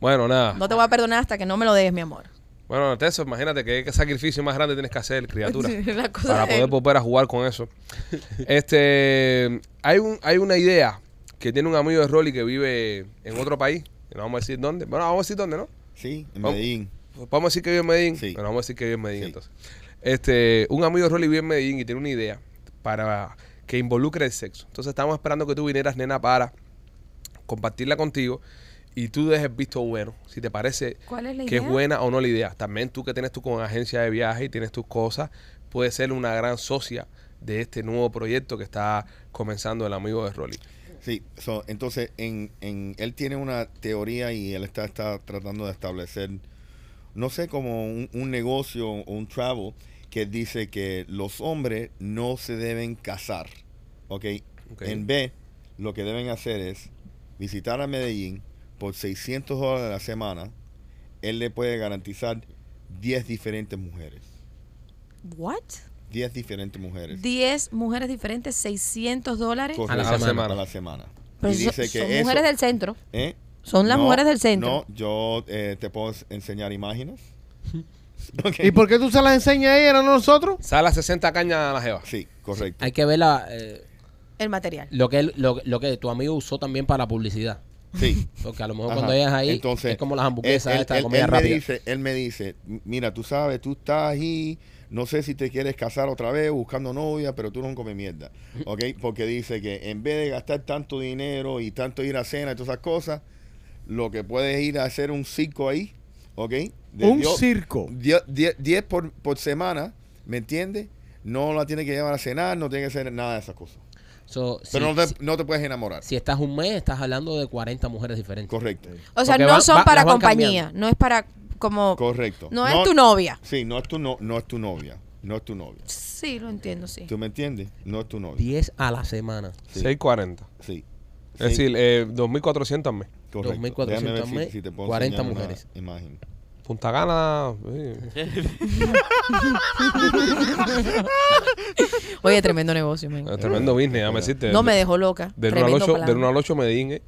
Bueno, nada. No te voy a perdonar hasta que no me lo dejes, mi amor. Bueno, Teso, imagínate que qué sacrificio más grande tienes que hacer, criatura. [laughs] Sí, la cosa para de poder él. volver a jugar con eso. Este, hay un, hay una idea que tiene un amigo de Rolly que vive en otro país. que No vamos a decir dónde. Bueno, vamos a decir dónde, ¿no? sí, en Oh. Medellín. Pues Podemos decir que vive en Medellín. Sí. Bueno, vamos a decir que vive en Medellín Sí. entonces. Este, un amigo de Rolly vive en Medellín y tiene una idea para que involucre el sexo. Entonces estamos esperando que tú vinieras, nena, para compartirla contigo y tú dejes el visto bueno. Si te parece ¿Cuál es la que es idea? buena o no la idea. También tú que tienes tú con agencia de viaje y tienes tus cosas, puedes ser una gran socia de este nuevo proyecto que está comenzando el amigo de Rolly. Sí, so, entonces en, en, él tiene una teoría y él está, está tratando de establecer, no sé, como un, un negocio o un travel que dice que los hombres no se deben casar, ¿ok? Ok. En vez, lo que deben hacer es visitar a Medellín por 600 dólares a la semana, él le puede garantizar 10 diferentes mujeres, ¿What? 10 diferentes mujeres. 10 mujeres diferentes, 600 dólares. Correcto, A la semana. A la semana. Pero Y so- dice que son eso- mujeres del centro. ¿Eh? Son las No, mujeres del centro. No, yo eh, te puedo [laughs] enseñar imágenes. Ok. ¿Y por qué tú se las enseñas a ella, no a nosotros? Sala 60 cañas a la jeva. Sí, correcto. Hay que ver la, eh, El material. lo, que él- lo, lo que tu amigo usó también para la publicidad. Sí. Porque a lo mejor Ajá. cuando llegas ahí, Entonces, es como las hamburguesas él- estas de él- comida él rápida. Me dice, él me dice, mira, tú sabes, tú estás ahí, no sé si te quieres casar otra vez buscando novia, pero tú no comes [laughs] mierda. ¿Ok? Porque dice que en vez de gastar tanto dinero y tanto ir a cena y todas esas cosas, lo que puedes ir a hacer un circo ahí, ¿ok? De Un Dios- circo. 10, 10 10 por, por semana, ¿me entiendes? No la tiene que llevar a cenar, no tiene que hacer nada de esas cosas. So, si, Pero no, te, si- no te puedes enamorar. si estás un mes, estás hablando de 40 mujeres diferentes. Correcto. O sea, Porque no van- son va- para las van compañía, no es para como Correcto. no, es tu novia. Sí, no es tu, no, no es tu novia. no es tu novia. Sí, lo entiendo, sí. ¿Tú me entiendes? No es tu novia. 10 a la semana. Sí. 640. Sí. Es Sí, decir, eh, 2.400 al mes. correcto. 2400 Déjame ver mes, si, si te puedo 40 enseñar una mujeres. Imagen. Punta Gana. eh, Oye, tremendo negocio, men. Ah, Eh, tremendo business, ya me hiciste. No me dejó loca. Del 1 al Tremendo 8, plan. del 1 al 8 Medellín, eh.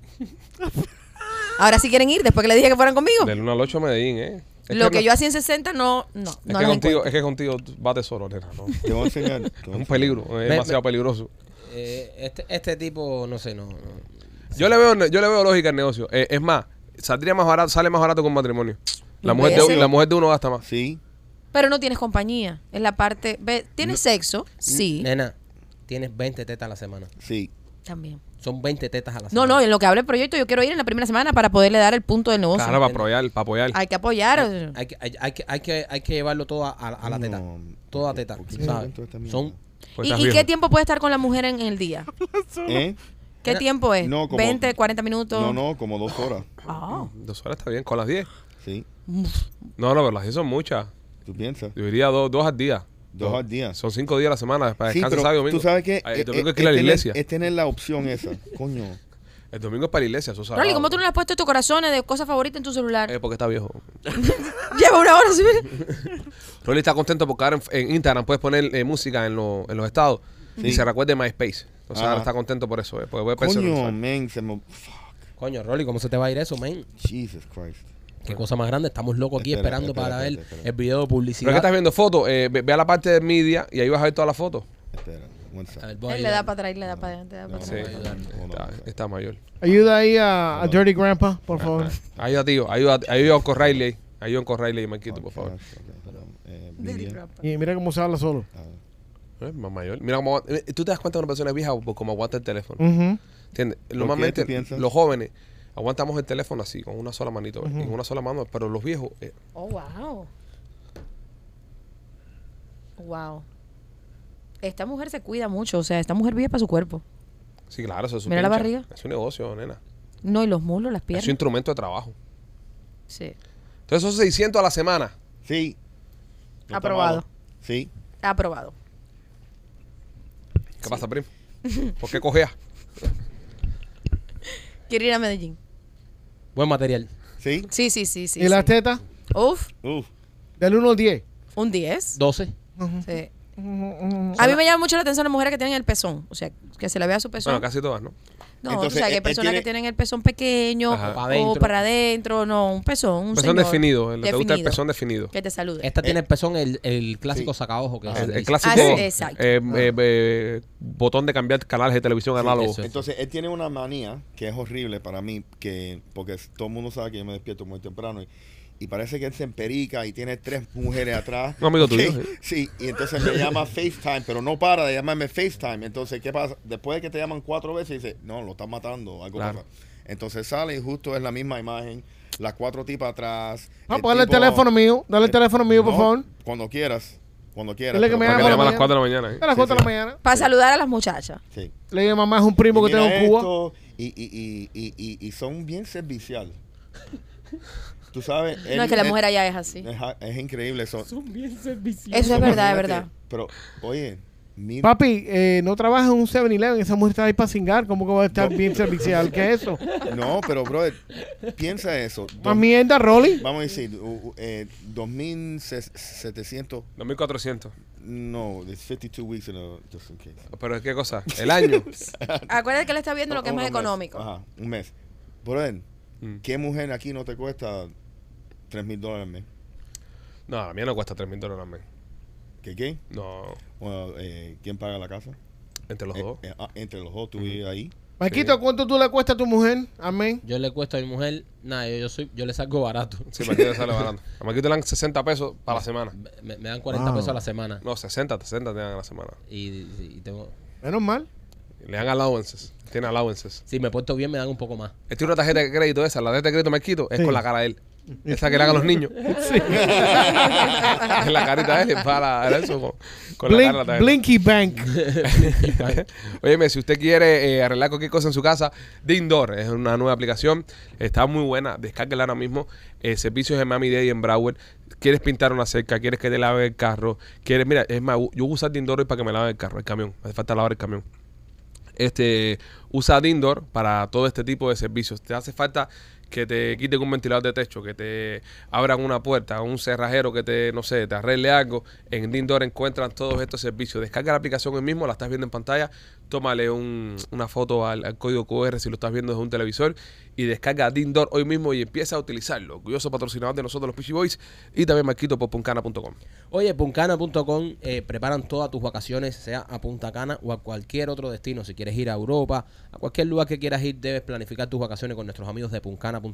Ahora sí quieren ir después que le dije que fueran conmigo. Del 1 al 8 Medellín, eh. Es lo que, no- yo hacía en 60 no, no, Es, no que las contigo, encuentro. es que contigo tú vas de solo, nena, ¿no? Es Te voy a enseñar. te voy a [laughs] un enseñar. peligro, [laughs] es Ve- demasiado ve- peligroso. Eh, este, este tipo, no sé, no. no. Yo le veo, yo le veo lógica al negocio. Eh, es más, saldría más barato, sale más barato con matrimonio. La mujer, de, Imbécil. la mujer de uno gasta más. Sí. Pero no tienes compañía. Es la parte. ve, ¿Tienes sexo? Sí. Nena, tienes 20 tetas a la semana. Sí. También. Son 20 tetas a la No, semana. no, en lo que habla el proyecto, yo quiero ir en la primera semana para poderle dar el punto del negocio. Claro, para apoyar, para apoyar. Hay que apoyar. Hay que, hay, hay que, hay que, hay que llevarlo todo a, a- a la No, teta. ¿por Toda qué- teta. por qué ¿sabes? invento esta mierda? Son Pues ¿Y, estás y viejo. qué tiempo puede estar con la mujer en el día? ¿Eh? ¿Qué tiempo es? No, como- ¿20, 40 minutos? No, no, como dos horas. Ah. Dos horas está bien, con las 10. Sí. No, no, pero las 10 son muchas. ¿Tú piensas? Yo diría dos, dos al día. Dos al día. Son cinco días a la semana. Para Sí, descansar pero sábado y domingo. tú sabes que Ay, eh, El domingo eh, es que ir a la tener- iglesia. es tener la opción esa. Coño. El domingo es para la iglesia. Eso es Rolly, sagrado. ¿cómo tú no le has puesto tu corazón de cosa favorita en tu celular? Eh, porque está viejo. [laughs] Lleva una hora. ¿sí? Rolly está contento porque ahora en, en Instagram puedes poner eh, música en, lo- en los estados y Sí. se recuerde MySpace. Entonces Ah. ahora está contento por eso. eh, porque puede Coño, personalizar. men. Se me... Fuck. Coño, Rolly, ¿cómo se te va a ir eso, man? Jesus Christ. Qué cosa más grande. Estamos locos aquí Espera, esperando espera, para ver espera, espera. el video de Pero es que publicidad. estás viendo fotos. eh, ve, ve a la parte de media y ahí vas a ver todas las fotos. Espera. One A ver, second. voy a Él le da ayudar. para atrás, le da para adelante, le da para No, Sí. atrás. no, no, Está, no. está mayor. Ayuda ahí a, a Dirty Grandpa, por favor. Ayuda, tío. Ayuda, ayuda a Corrailey. ahí. Ayuda a Corrailey y Marquito, por favor. Ok, ok, eh, media. Y mira cómo se habla solo. Ah, Eh, más mayor. Mira cómo. eh, Tú te das cuenta que una persona es vieja por cómo aguanta el teléfono. Ujú. ¿Entiendes? Normalmente Mm. tú piensas? los jóvenes aguantamos el teléfono así, con una sola manito, ¿ves? y con una sola mano, pero los viejos, eh, Oh, wow. Wow. Esta mujer se cuida mucho, o sea, esta mujer vive para su cuerpo. sí, claro, eso es su Mira la pincha. barriga. Es un negocio, nena. No, y los muslos, las Es un piernas. instrumento de trabajo. Sí. Entonces, esos 600 a la semana. Sí. No está Aprobado. malo. Sí. Aprobado. ¿Qué pasa, [laughs] primo? ¿Por qué cojeas? Quiero ir a Medellín. Buen material. Sí. Sí, sí, sí, sí. y las sí. tetas, Uf, Uf. del 1 al 10. un 10. 12. Sí. Mm-hmm. A mí me llama mucho la atención las mujeres que tienen el pezón. O sea, que se le vea su pezón. Bueno, casi todas, ¿no? no, Entonces, o sea, que hay él- él personas tiene- que tienen el pezón pequeño Ajá. Pa' o adentro. para adentro. No, un pezón. Un Pezón señor definido. el- ¿Te gusta el definido. pezón Eh, definido? Que te salude. Esta tiene el pezón, el, el clásico sacaojo que se El, le el dice. clásico Ah, sí, exacto. eh, eh, eh, botón de cambiar canales de televisión análogo. eso es. Entonces, él tiene una manía que es horrible para mí, que porque todo el mundo sabe que yo me despierto muy temprano y, y parece que él se emperica y tiene tres mujeres atrás. Un amigo tuyo, Sí, Sí, y entonces me llama FaceTime, pero no para de llamarme FaceTime. Entonces, ¿qué pasa? Después de que te llaman cuatro veces, dice, no, lo están matando, algo Claro. pasa. Entonces sale y justo es la misma imagen, las cuatro tipas atrás. Ah, el pues dale el Este tipo- Eh, este- teléfono mío. Dale el teléfono mío, por No, favor. Cuando quieras, cuando quieras. Dile que pero me Para para que le llame llaman la a las mañana. 4 de la mañana. ¿eh? A las Sí, 4 de sí. la mañana. Para saludar a las muchachas. Sí. Le dije, mamá, es un primo que Y tengo mira en Cuba. esto, Y, y, y, y, y, y son bien servicial. Tú sabes. él- no, es que la él- eh, mujer allá es así. Es, es increíble. Son, Eso es verdad, es imagínate, verdad. Pero, oye, mira. Papi, eh, no trabajas en un 7-Eleven. Esa mujer está ahí para cingar. ¿Cómo que va a estar No. bien servicial? ¿Qué es eso? [laughs] No, pero, brother, piensa eso. Más Dos- mierda, Rolly. vamos a decir, u- u- eh, 2.700. 2400. No, it's 52 weeks in a, just in case. Pero qué cosa, el año. [laughs] Ah, Acuérdate que él está viendo lo que es Oh, Un más mes. económico. Ajá, un mes. Brother, Mm. ¿qué mujer aquí no te cuesta 3.000 dólares al mes? No, la mía no cuesta 3000 dólares al mes. ¿Qué qué? No, Bueno, eh, ¿Quién paga la casa? entre los Eh, dos. eh, ah, entre los dos, tú vives ahí. Marquito, ¿cuánto tú le cuesta a tu mujer? Amén. Yo le cuesta a mi mujer, nada, yo, yo soy, yo le saco barato. [laughs] Sí, Marquito le sale barato. A Marquito le dan 60 pesos para la semana. Me, me dan 40 Wow. pesos a la semana. No, 60, 60 te dan a la semana. Y, y tengo, Menos mal. Le dan allowances. Tiene allowances. si me porto bien, me dan un poco más. Este es una tarjeta de crédito esa. La tarjeta de crédito Marquito es Sí. con la cara de él. Esa que le hagan los [laughs] niños. la carita de él es para la- eso, con, con la Blink- cara atrás. [laughs] Blinky Bank. Óyeme, si usted quiere eh, arreglar cualquier cosa en su casa, de Indoor es una nueva aplicación, está muy buena, descárguela ahora mismo. Eh, servicios de Miami Dade y en Broward. Quieres pintar una cerca, quieres que te lave el carro, quieres, mira, es más, yo uso el Indoor hoy para que me lave el carro, el camión, me hace falta lavar el camión este, usa Dindor para todo este tipo de servicios. Te hace falta que te quiten un ventilador de techo, que te abran una puerta, un cerrajero que te, no sé, te arregle algo. En Dindor encuentran todos estos servicios. Descarga la aplicación hoy mismo, la estás viendo en pantalla, tómale un- una foto al, al código QR si lo estás viendo desde un televisor y descarga Dindor hoy mismo y empieza a utilizarlo. Orgulloso patrocinador de nosotros los Pichi Boys y también marquito por puncana.com. Oye, puncana.com eh, preparan todas tus vacaciones, sea a Punta Cana o a cualquier otro destino. Si quieres ir a Europa, a cualquier lugar que quieras ir, debes planificar tus vacaciones con nuestros amigos de puncana.com.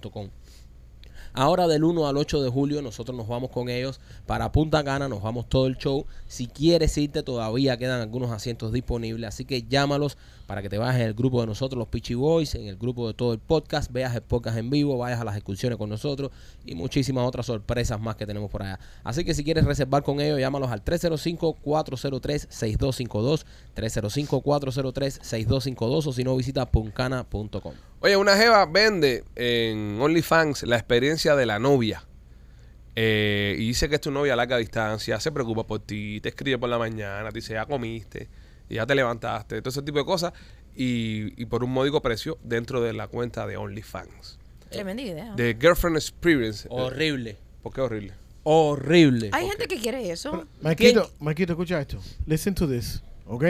Ahora del 1 al 8 de julio nosotros nos vamos con ellos para Punta Cana, nos vamos todo el show. Si quieres irte todavía quedan algunos asientos disponibles, así que llámalos para que te vayas en el grupo de nosotros, los Peachy Boys, en el grupo de todo el podcast, veas el podcast en vivo, vayas a las excursiones con nosotros y muchísimas otras sorpresas más que tenemos por allá. Así que si quieres reservar con ellos, llámalos al 305-403-6252, 305-403-6252 o si no visita puncana.com. Oye, una jeva vende en OnlyFans la experiencia de la novia. Eh, y dice que es tu novia a larga distancia, se preocupa por ti, te escribe por la mañana, te dice ya comiste, ya te levantaste, todo ese tipo de cosas. Y, y por un módico precio dentro de la cuenta de OnlyFans. Tremenda idea. De Girlfriend Experience. Eh, Horrible, ¿Por qué horrible? horrible. Hay gente que quiere eso. Marquito, Marquito, escucha esto. Listen to this, ¿ok?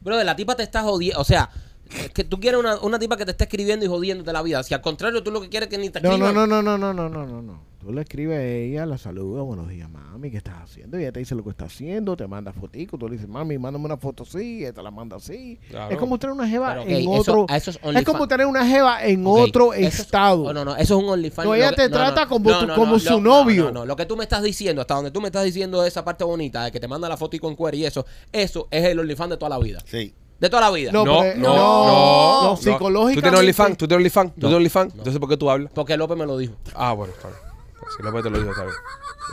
Brother, la tipa te está jodiendo. O sea, es que tú quieres una, una tipa que te está escribiendo y jodiéndote la vida. Si al contrario, tú lo que quieres es que ni te No, no, escriban. no, no, no, no, no, no, no, no. Tú le escribes a ella, la saludas, buenos días, mami, ¿qué estás haciendo? Ella te dice lo que está haciendo, te manda fotico, tú le dices, mami, mándame una foto así, ella te la manda así. Claro. Es como tener una jeva Pero, ok, en eso- otro... a eso es es, OnlyFans. como tener una jeva en Ok, otro eso es- estado. oh, no, no, eso es un OnlyFans. No, Lo ella te trata como tu- como su lo- novio. No, no, lo que tú me estás diciendo, hasta donde tú me estás diciendo esa parte bonita de que te manda la foto y con cuero y eso, eso es el OnlyFans de toda la vida. Sí. De toda la vida. No, pero- no, no, psicológicamente- ¿Tú tienes OnlyFans? ¿Tú tienes OnlyFans? ¿Tú No, tienes OnlyFans? Entonces, ¿por qué tú hablas? Porque López me lo dijo. Ah, bueno, está bien. Si López te lo dijo, está bien.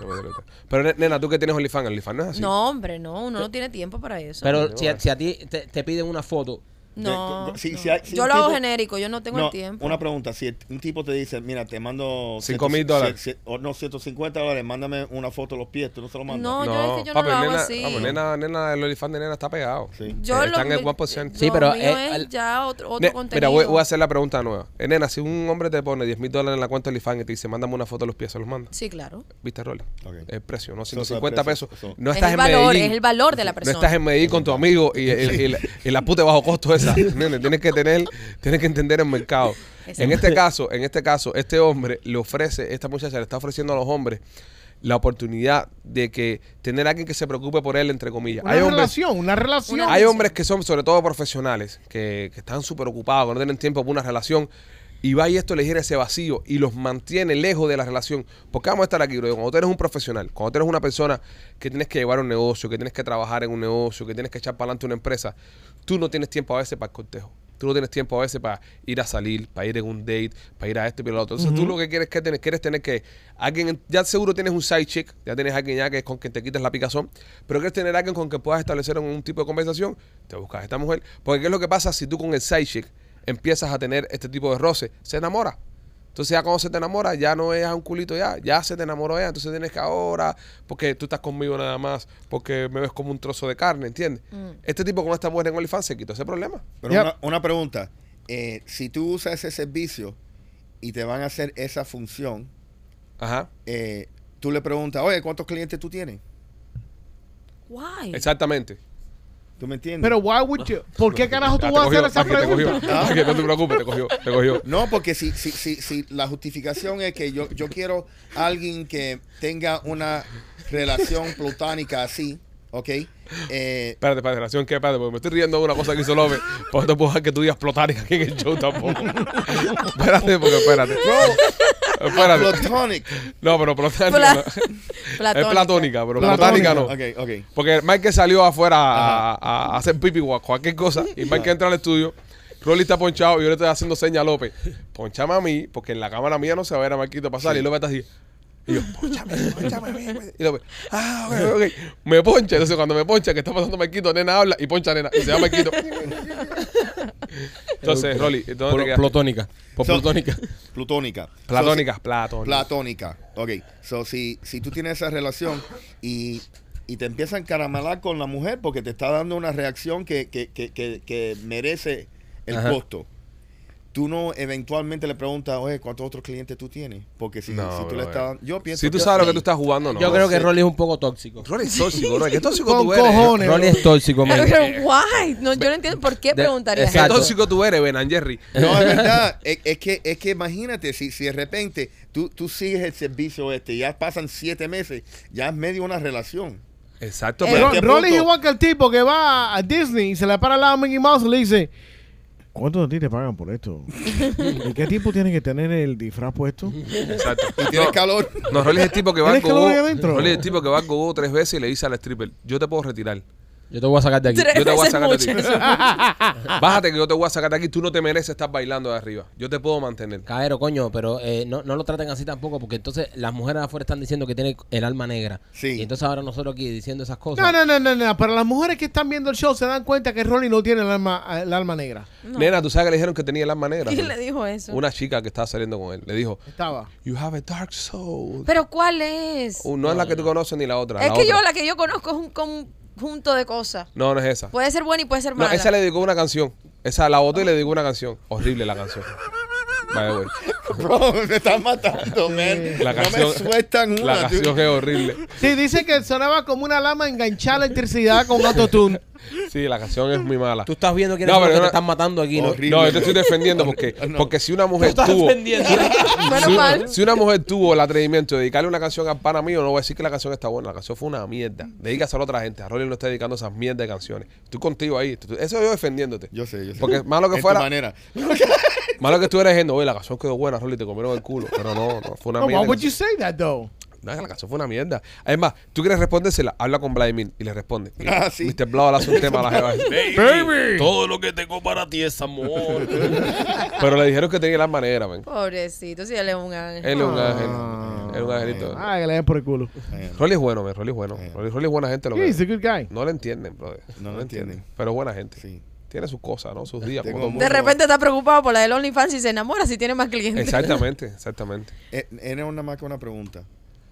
López te lo dijo. Pero, ne- nena, ¿tú que tienes OnlyFans? ¿OnlyFans no ah, es así? No, hombre, no. Uno no tiene tiempo para eso. Pero si a, si a ti te, te piden una foto, no. Sí, no. sí hay- sí yo un lo hago tipo- genérico. Yo no tengo el tiempo. Una pregunta, si el- un tipo te dice, mira, te mando... Cinco 100, mil dólares. cien- cien- o no, 150 dólares, mándame una foto de los pies, tú no se lo mandas. No, yo es que yo no papi, lo hago nena, así. vamos, nena, nena, el olifán de nena está pegado. Sí. Yo Eh, lo- está en el mi- 1%. lo Sí, pero, mío eh, es al- ya otro, otro Ne- contenido. mira, voy, voy a hacer la pregunta nueva. Eh, nena, si un hombre te pone 10 mil dólares en la cuenta del OnlyFans y te dice, mándame una foto de los pies, se los manda. Sí, claro. ¿Viste, Rolly? Ok. El precio, no Eso es el 150 precio. pesos. Eso. No Es estás el en valor, Medellín. es el valor de la No persona. estás en Medellín con tu amigo y, y- y la, y la puta de bajo costo esa. Nene, tienes que tener, tienes que entender el mercado. Exacto. En este caso, en este caso, este hombre le ofrece, esta muchacha le está ofreciendo a los hombres la oportunidad de que tener a alguien que se preocupe por él, entre comillas. Una relación, una relación. Una- Hay hombres que son sobre todo profesionales, que, que están súper ocupados, que no tienen tiempo para una relación. Y va y esto le llena ese vacío y los mantiene lejos de la relación. Porque vamos a estar aquí, bro. Cuando tú eres un profesional, cuando tú eres una persona que tienes que llevar un negocio, que tienes que trabajar en un negocio, que tienes que echar para adelante una empresa, tú no tienes tiempo a veces para el cortejo. Tú no tienes tiempo a veces para ir a salir, para ir en un date, para ir a esto y para lo otro. Entonces tú lo que quieres que tener, quieres tener que alguien, ya seguro tienes un side chick, ya tienes alguien ya que es con quien te quitas la picazón, pero quieres tener alguien con quien puedas establecer un tipo de conversación, te buscas a esta mujer. Porque qué es lo que pasa si tú con el side chick empiezas a tener este tipo de roce, se enamora. Entonces ya cuando se te enamora, ya no es a un culito ya, ya se te enamoró ella, entonces tienes que ahora, porque tú estás conmigo nada más, porque me ves como un trozo de carne, ¿entiendes? Este tipo con esta mujer en OnlyFans se quitó ese problema. Pero Yep. una, una pregunta, eh, si tú usas ese servicio y te van a hacer esa función, Ajá. eh, tú le preguntas, oye, ¿cuántos clientes tú tienes? Guay. Exactamente. ¿Tú me entiendes? Pero why would you? ¿Por qué carajo tú Ah, vas a hacer te cogió, ah, que esa te pregunta? cogió. Ah, que no te preocupes, te cogió, te cogió. No, porque si, si, si, si la justificación es que yo, yo quiero alguien que tenga una relación plutónica así, ¿ok? Eh, Espérate, espérate, relación que espérate, porque me estoy riendo de una cosa que hizo López. Pues no te puedo dejar que tú digas plotánica aquí en el show [laughs] tampoco. espérate, porque espérate. Espérate. platonic. No, pero plotánica. Pla- no. Es [laughs] Platónica. platónica, pero plotánica no. Ok, ok. Porque Mike salió afuera a, a- a hacer pipi o a cualquier cosa y Mike entra al estudio. Rolly está ponchado y yo le estoy haciendo señas a López. Ponchame a mí, porque en la cámara mía no se va a ver a Marquito pasar. Y López está así. Y yo, ponchame, ponchame. ven, ven". Y lo, ah, ok, ok. Me poncha. Entonces, cuando me poncha, que está pasando Marquito, nena habla y poncha a nena. Y se llama Marquito. Entonces, Rolly, ¿dónde te Por, quedaste? plotónica. Por So- [laughs] plotónica. Plutónica. Platónica, So, si- platónica. platónica. Ok. So, si, si tú tienes esa relación y, y te empiezan a encaramelar con la mujer porque te está dando una reacción que, que, que, que, que merece el Ajá. costo. Tú no eventualmente le preguntas, oye, ¿cuántos otros clientes tú tienes? Porque si, No, si tú le brother. estás dando. Yo pienso si tú sabes lo que sí. tú estás jugando, no. Yo creo que sí. Rolly es un poco tóxico. Rolly es tóxico, bro. ¿Qué tóxico Con tú eres? cojones. Rolly es tóxico, [laughs] man. Pero, why? No, yo no entiendo por qué de- preguntaría ¿Qué Exacto. eso. [laughs] tóxico tú eres, Ben and Jerry? No, [laughs] es verdad. es, es que, es que imagínate, si, si de repente tú, tú sigues el servicio este, ya pasan siete meses, ya es medio una relación. Exacto, pues, Eh, pero. Ro- ¿qué Rolly es punto? igual que el tipo que va a Disney y se le para al lado a Mickey Mouse y le dice: ¿Cuánto de ti te pagan por [laughs] esto? ¿Y qué tipo tiene que tener el disfraz puesto? Exacto. Eh. Y tienes No. calor. [laughs] No, Rolly es el tipo que va al ¿Tienes calor Gogó. ahí adentro? Rolly es el tipo que va al Gogó tres veces y le dice al stripper, yo te puedo retirar. Yo te voy a sacar de aquí. Tres Yo te voy a veces sacar de ti. mucho. [laughs] Bájate que yo te voy a sacar de aquí. Tú no te mereces estar bailando de arriba. Yo te puedo mantener. Caero, coño, pero eh, no, no lo traten así tampoco, porque entonces las mujeres afuera están diciendo que tiene el alma negra. Sí. Y entonces ahora nosotros aquí diciendo esas cosas. No, no, no, no, no. Para las mujeres que están viendo el show se dan cuenta que Rolly no tiene el alma, el alma negra. Nena, tú sabes que le dijeron que tenía el alma [laughs] negra. ¿Quién le dijo eso? Una chica que estaba saliendo con él. Le dijo, Estaba. you have a dark soul. Pero ¿cuál es? Uh, no es la que tú conoces ni la otra. es la que otra. yo la que yo conozco es un conjunto de cosas. No, no es esa. Puede ser buena y puede ser No, mala. esa [laughs] le dedicó una canción. Esa la botó y le dedicó una canción. Horrible la canción. By the way. Bro, me estás matando, man. La no canción, me sueltan una. la dude. canción es horrible. Sí, dice que sonaba como una lama enganchada a electricidad [laughs] con autotune. Sí, la canción es muy mala. Tú estás viendo quiénes No, son los que pero no- te están matando aquí, ¿no? Horrible. No, yo te estoy defendiendo porque, No. porque si una mujer Estás tuvo. defendiendo. Menos Si, mal. si una mujer tuvo el atrevimiento de dedicarle una canción al pana mío, no voy a decir que la canción está buena. La canción fue una mierda. Dedícaselo a otra gente. A Rolly no está dedicando esas mierdas de canciones. Tú contigo ahí. Tú- eso yo [laughs] defendiéndote. Yo sé, yo sé. Porque malo que Es tu fuera- [laughs] manera. Malo que estuvieras diciendo, oye, la canción quedó buena, Rolly, te comieron el culo. Pero no, no fue una No, mierda. Oh, why de would you canción. say that though? No, la canción fue una mierda. Además, tú quieres respondérsela, habla con Vladimir y le responde. Y Ah, sí. Mr. Blau le hace un tema a la jeva. Baby. Todo lo que tengo para ti es amor. Pero le dijeron que tenía la manera, ven. Pobrecito, si él es un ángel. Él es un ángel. Él es un angelito. Ah, que le den por el culo. Rolly es bueno, men. Rolly es bueno. Rolly, Rolly es buena gente, lo Yeah, que he's a good guy. No lo entienden, brother. Eh. No lo entienden. Pero buena gente. Sí. Tiene sus cosas, ¿no? [laughs] Sus días. Tengo como todo el De mundo. repente está preocupado por la del OnlyFans y se enamora si tiene más clientes. [laughs] Exactamente, exactamente. Eh, Era una más que una pregunta.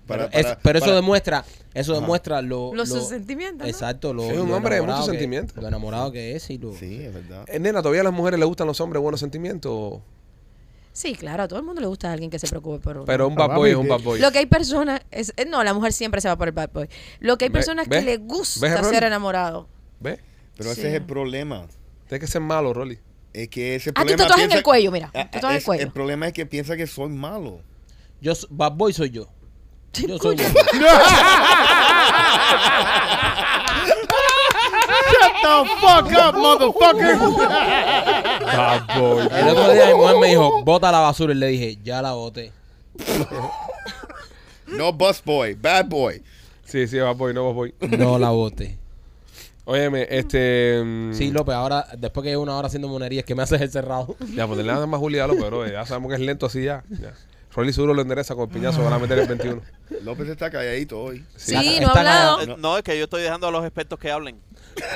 Pero, Para- es- para- pero eso para- demuestra, eso demuestra lo, Los lo- sus sentimientos, ¿no? Exacto, lo, Es un lo hombre de enamorado muchos que- sentimientos. Lo enamorado que es y lo. Sí, es verdad. Eh, nena, ¿todavía a las mujeres les gustan los hombres buenos sentimientos? [laughs] Sí, claro, a todo el mundo le gusta a alguien que se preocupe por uno. Pero un bad boy es un bad boy. Lo que hay personas, es, eh, no, la mujer siempre se va por el bad boy. Lo que hay Ve- personas ve- que le ¿ves el gusta rol? ser enamorado. ¿Ves? Pero ese Sí. es el problema. Tienes que ser malo, Rolly. Es que ese Ah, tú problema. tatuajes en piensa- el cuello, mira. Ah, ah, Tatuajes en el es- cuello. El problema es que piensa que soy malo. Yo, s- bad boy soy yo. Yo soy yo. Shut the fuck up, [laughs] motherfucker. Bad boy. El otro día mi mujer me dijo, bota la basura. Y le dije, ya la boté. No bus boy, bad boy. Sí, sí, bad boy, no bad boy. No la boté. Óyeme, este... mm, Sí, López, ahora, después que llevo una hora haciendo monerías, que me haces el cerrado? Ya, pues nada más Julia López, bro. Ya sabemos que es lento así ya. ya. Rolly seguro lo endereza con el piñazo, van a meter el 21. López está calladito hoy. Sí, Está- no ha está hablado. Eh, No. No, es que yo estoy dejando a los expertos que hablen.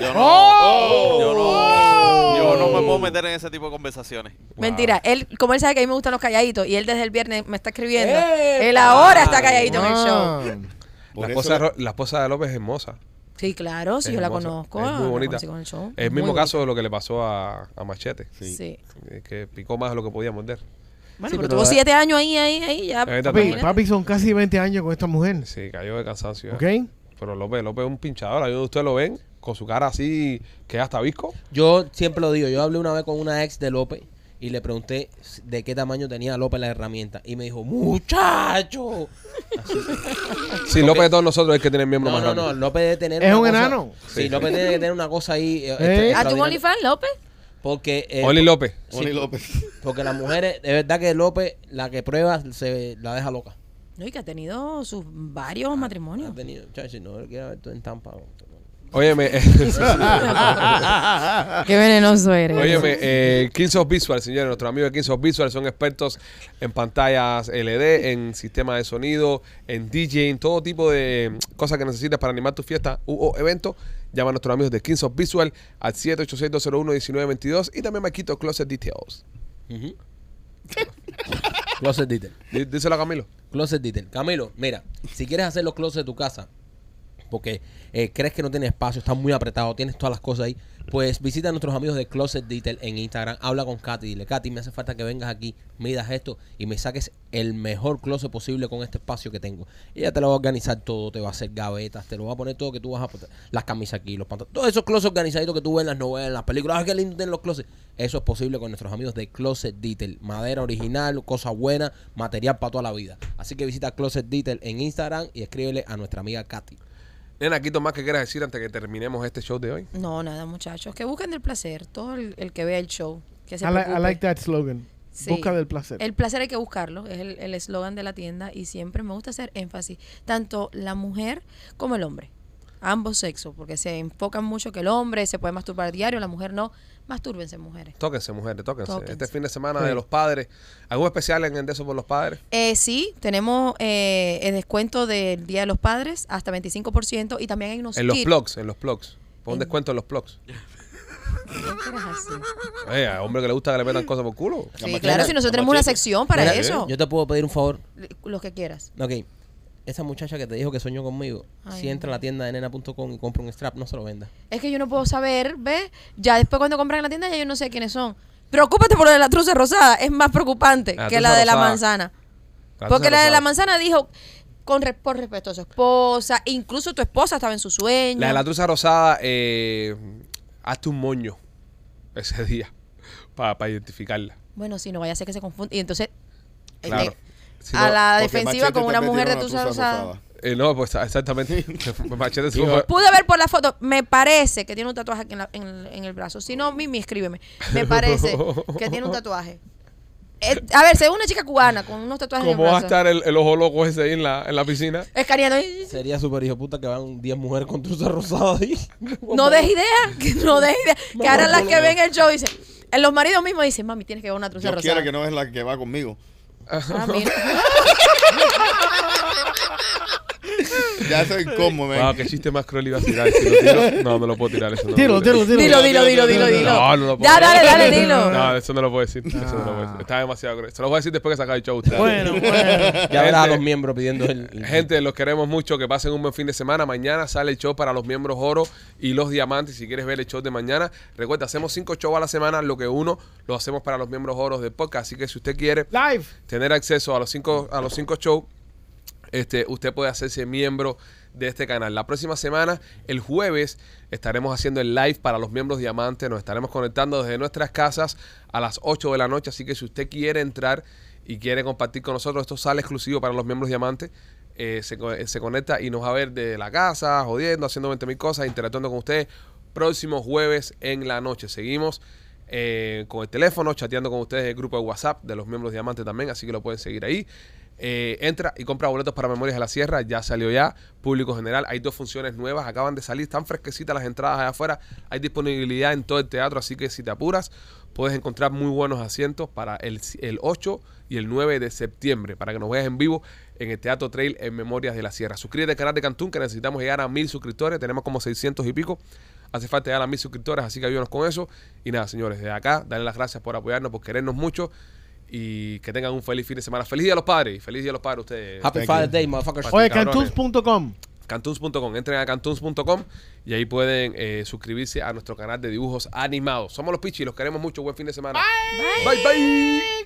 Yo no, Oh. yo no, yo no me puedo meter en ese tipo de conversaciones. Mentira, él, como él sabe que a mí me gustan los calladitos y él desde el viernes me está escribiendo, ¡Eh! él ahora está calladito en el show. Ah. La Por eso esposa, de Ro- la esposa de López es hermosa. Sí, claro, si Es yo la hermosa. conozco. Ah, Es la muy bonita. conocí con el show. Es el Muy mismo bonita. caso de lo que le pasó a, a Machete. Sí. eh, Que picó más de lo que podía morder. Bueno, Sí, pero pero tuvo la- siete años ahí, ahí, ahí, ya. Ahí está Papi, Imagínate. papi, son casi 20 años con esta mujer. Sí, cayó de cansancio. ¿Ok? Pero López, López es un pinchador. Ahí ustedes lo ven con su cara así que es hasta [laughs] visco. Yo siempre lo digo, yo hablé una vez con una ex de López y le pregunté de qué tamaño tenía López la herramienta. Y me dijo, muchacho. Sí, López de todos nosotros es el que tiene el miembro No, más no, grande. no, López debe tener... Es una un cosa- enano. Sí, Sí. López debe tener una cosa ahí... eh, ¿Eh? extra- ¿A tu extraordinaria. OnlyFans, López? Porque... eh, Only López. sí, Only López. Porque las mujeres, de verdad que López, la que prueba, se la deja loca. Ah, No, y que ha tenido sus varios matrimonios. Ha tenido, chacho, si no, él quiere ver tú en Tampa. [laughs] Óyeme, [laughs] Qué venenoso eres. ah, Óyeme, eh, Kings of Visual, señores, nuestros amigos de Kings of Visual son expertos en pantallas LED, en sistemas de sonido, en DJ, en todo tipo de mm, cosas que necesitas para animar tu fiesta u- o evento. Llama a nuestros amigos de Kings of Visual al 786-201-1922 y también Maquito Closet Details. Ujú. Closet detail. Dí- Díselo a Camilo. Closet detail. Camilo, mira, si quieres hacer los closets de tu casa, porque eh, crees que no tienes espacio, estás muy apretado, tienes todas las cosas ahí, pues visita a nuestros amigos de Closet Detail en Instagram, habla con Katy, dile, Katy, me hace falta que vengas aquí, midas esto y me saques el mejor closet posible con este espacio que tengo. Ella te lo va a organizar todo, te va a hacer gavetas, te lo va a poner todo que tú vas a poner, las camisas aquí, los pantalones, todos esos closets organizaditos que tú ves en las novelas, en las películas, ah, qué lindo tienen los closets. Eso es posible con nuestros amigos de Closet Detail, madera original, cosa buena, material para toda la vida. Así que visita Closet Detail en Instagram y escríbele a nuestra amiga Katy. Nena, Quito, más que quieras decir antes que terminemos este show de hoy. No, nada, muchachos. Que busquen el placer. Todo el, el que vea el show. Que se I, li- I preocupe. like that slogan. Sí. Busca del placer. El placer hay que buscarlo, es el el eslogan de la tienda y siempre me gusta hacer énfasis, tanto la mujer como el hombre, ambos sexos, porque se enfocan mucho que el hombre se puede masturbar diario, la mujer no. Mastúrbense, mujeres. Tóquense, mujeres, tóquense. Tóquense. Este fin de semana Sí. de los padres. ¿Algún especial en el de eso por los padres? Eh, sí, tenemos eh, el descuento del Día de los Padres hasta 25% y también hay unos En los kits. blogs, en los blogs. Pon En- descuento en los blogs. ¿Qué eres así? Eh, a hombre que le gusta que le metan cosas por culo. Sí, claro, si nosotros tenemos una sección para Mira, eso, Yo te puedo pedir un favor. lo que quieras. Ok. Esa muchacha que te dijo que soñó conmigo, Ay, si entra a no. la tienda de nena.com y compra un strap, no se lo venda. Es que yo no puedo saber, ¿ves? Ya después cuando compran en la tienda ya yo no sé quiénes son. Preocúpate por lo de la truce rosada, es más preocupante La que la truza de la rosada. manzana. Claro, Porque tú la de la sabes. manzana dijo con re- por respeto a su esposa, incluso tu esposa estaba en su sueño. La de la truza rosada, eh, hazte un moño ese día para identificarla. bueno, si no vaya a ser que se confunda. Y entonces, Claro. este, Si a no- la Porque defensiva Machete con una también mujer de tiene tu una truza rosada. eh, no, pues [laughs] exactamente. Machete se fue- Pude ver por la foto, me parece que tiene un tatuaje aquí en, la- en el- en el brazo. Si no, Mimi, escríbeme. [laughs] Me parece que tiene un tatuaje. Eh, a ver, según una chica cubana con unos tatuajes en el ¿Cómo va a brazo. estar el, el ojo loco ese ahí en la, en la piscina? Escaneando. Sería súper hijo puta que van 10 mujeres con truza rosada ahí. No des idea, [laughs] que no des idea. Que ahora las que Mamá, ven el show dicen, eh, los maridos mismos dicen, mami, tienes que ver una truza Yo rosada. quiero que no es la que va conmigo. Ah, mira. [laughs] Ya soy como, men. Wow, qué chiste más cruel iba a tirar. Si lo tiro- no, no lo puedo tirar. Eso no lo Dilo, puedo tirar. dilo, dilo. Dilo, dilo, dilo, dilo, dilo. No, no lo puedo Ya, dale, tirar. dale, dilo. No, eso no lo puedo decir. Eso no lo puedo Ah. decir. Está demasiado cruel. Se lo voy a decir después que se acabe el show. a ustedes. Bueno, bueno. [laughs] Ya verás a [laughs] Gente- los miembros pidiendo el. el- Gente, los queremos mucho. Que pasen un buen fin de semana. Mañana sale el show para los miembros oro y los diamantes. Si quieres ver el show de mañana, recuerda, hacemos cinco shows a la semana. Lo que uno lo hacemos para los miembros oros del podcast. Así que si usted quiere Live. tener acceso a los cinco, a los cinco shows, este, usted puede hacerse miembro de este canal. La próxima semana, el jueves, estaremos haciendo el live para los miembros diamantes. Nos estaremos conectando desde nuestras casas a las 8 de la noche. Así que si usted quiere entrar y quiere compartir con nosotros, esto sale exclusivo para los miembros diamantes. Eh, se, co- eh, se conecta y nos va a ver de la casa, jodiendo, haciendo 20 mil cosas, interactuando con ustedes. Próximo jueves en la noche. Seguimos eh, con el teléfono, chateando con ustedes en el grupo de WhatsApp de los miembros diamantes también, así que lo pueden seguir ahí. Eh, entra y compra boletos para Memorias de la Sierra, ya salió ya, público general, hay dos funciones nuevas, acaban de salir, están fresquecitas las entradas allá afuera, hay disponibilidad en todo el teatro, así que si te apuras, puedes encontrar muy buenos asientos para el, si- el 8 y el 9 de septiembre, para que nos veas en vivo en el Teatro Trail en Memorias de la Sierra. Suscríbete al canal de Cantún, que necesitamos llegar a mil suscriptores, tenemos como 600 y pico, hace falta llegar a mil suscriptores, así que ayúdanos con eso. Y nada, señores, desde acá, darle las gracias por apoyarnos, por querernos mucho y que tengan un feliz fin de semana. Feliz Día a los Padres y feliz Día a los Padres a ustedes. Happy Thank Father's you. Day, motherfuckers. Así, Oye, cabrones. cantuns.com. Cantuns.com. Entren a cantuns.com y ahí pueden eh, suscribirse a nuestro canal de dibujos animados. Somos los Pichis, los queremos mucho. Buen fin de semana. bye. bye.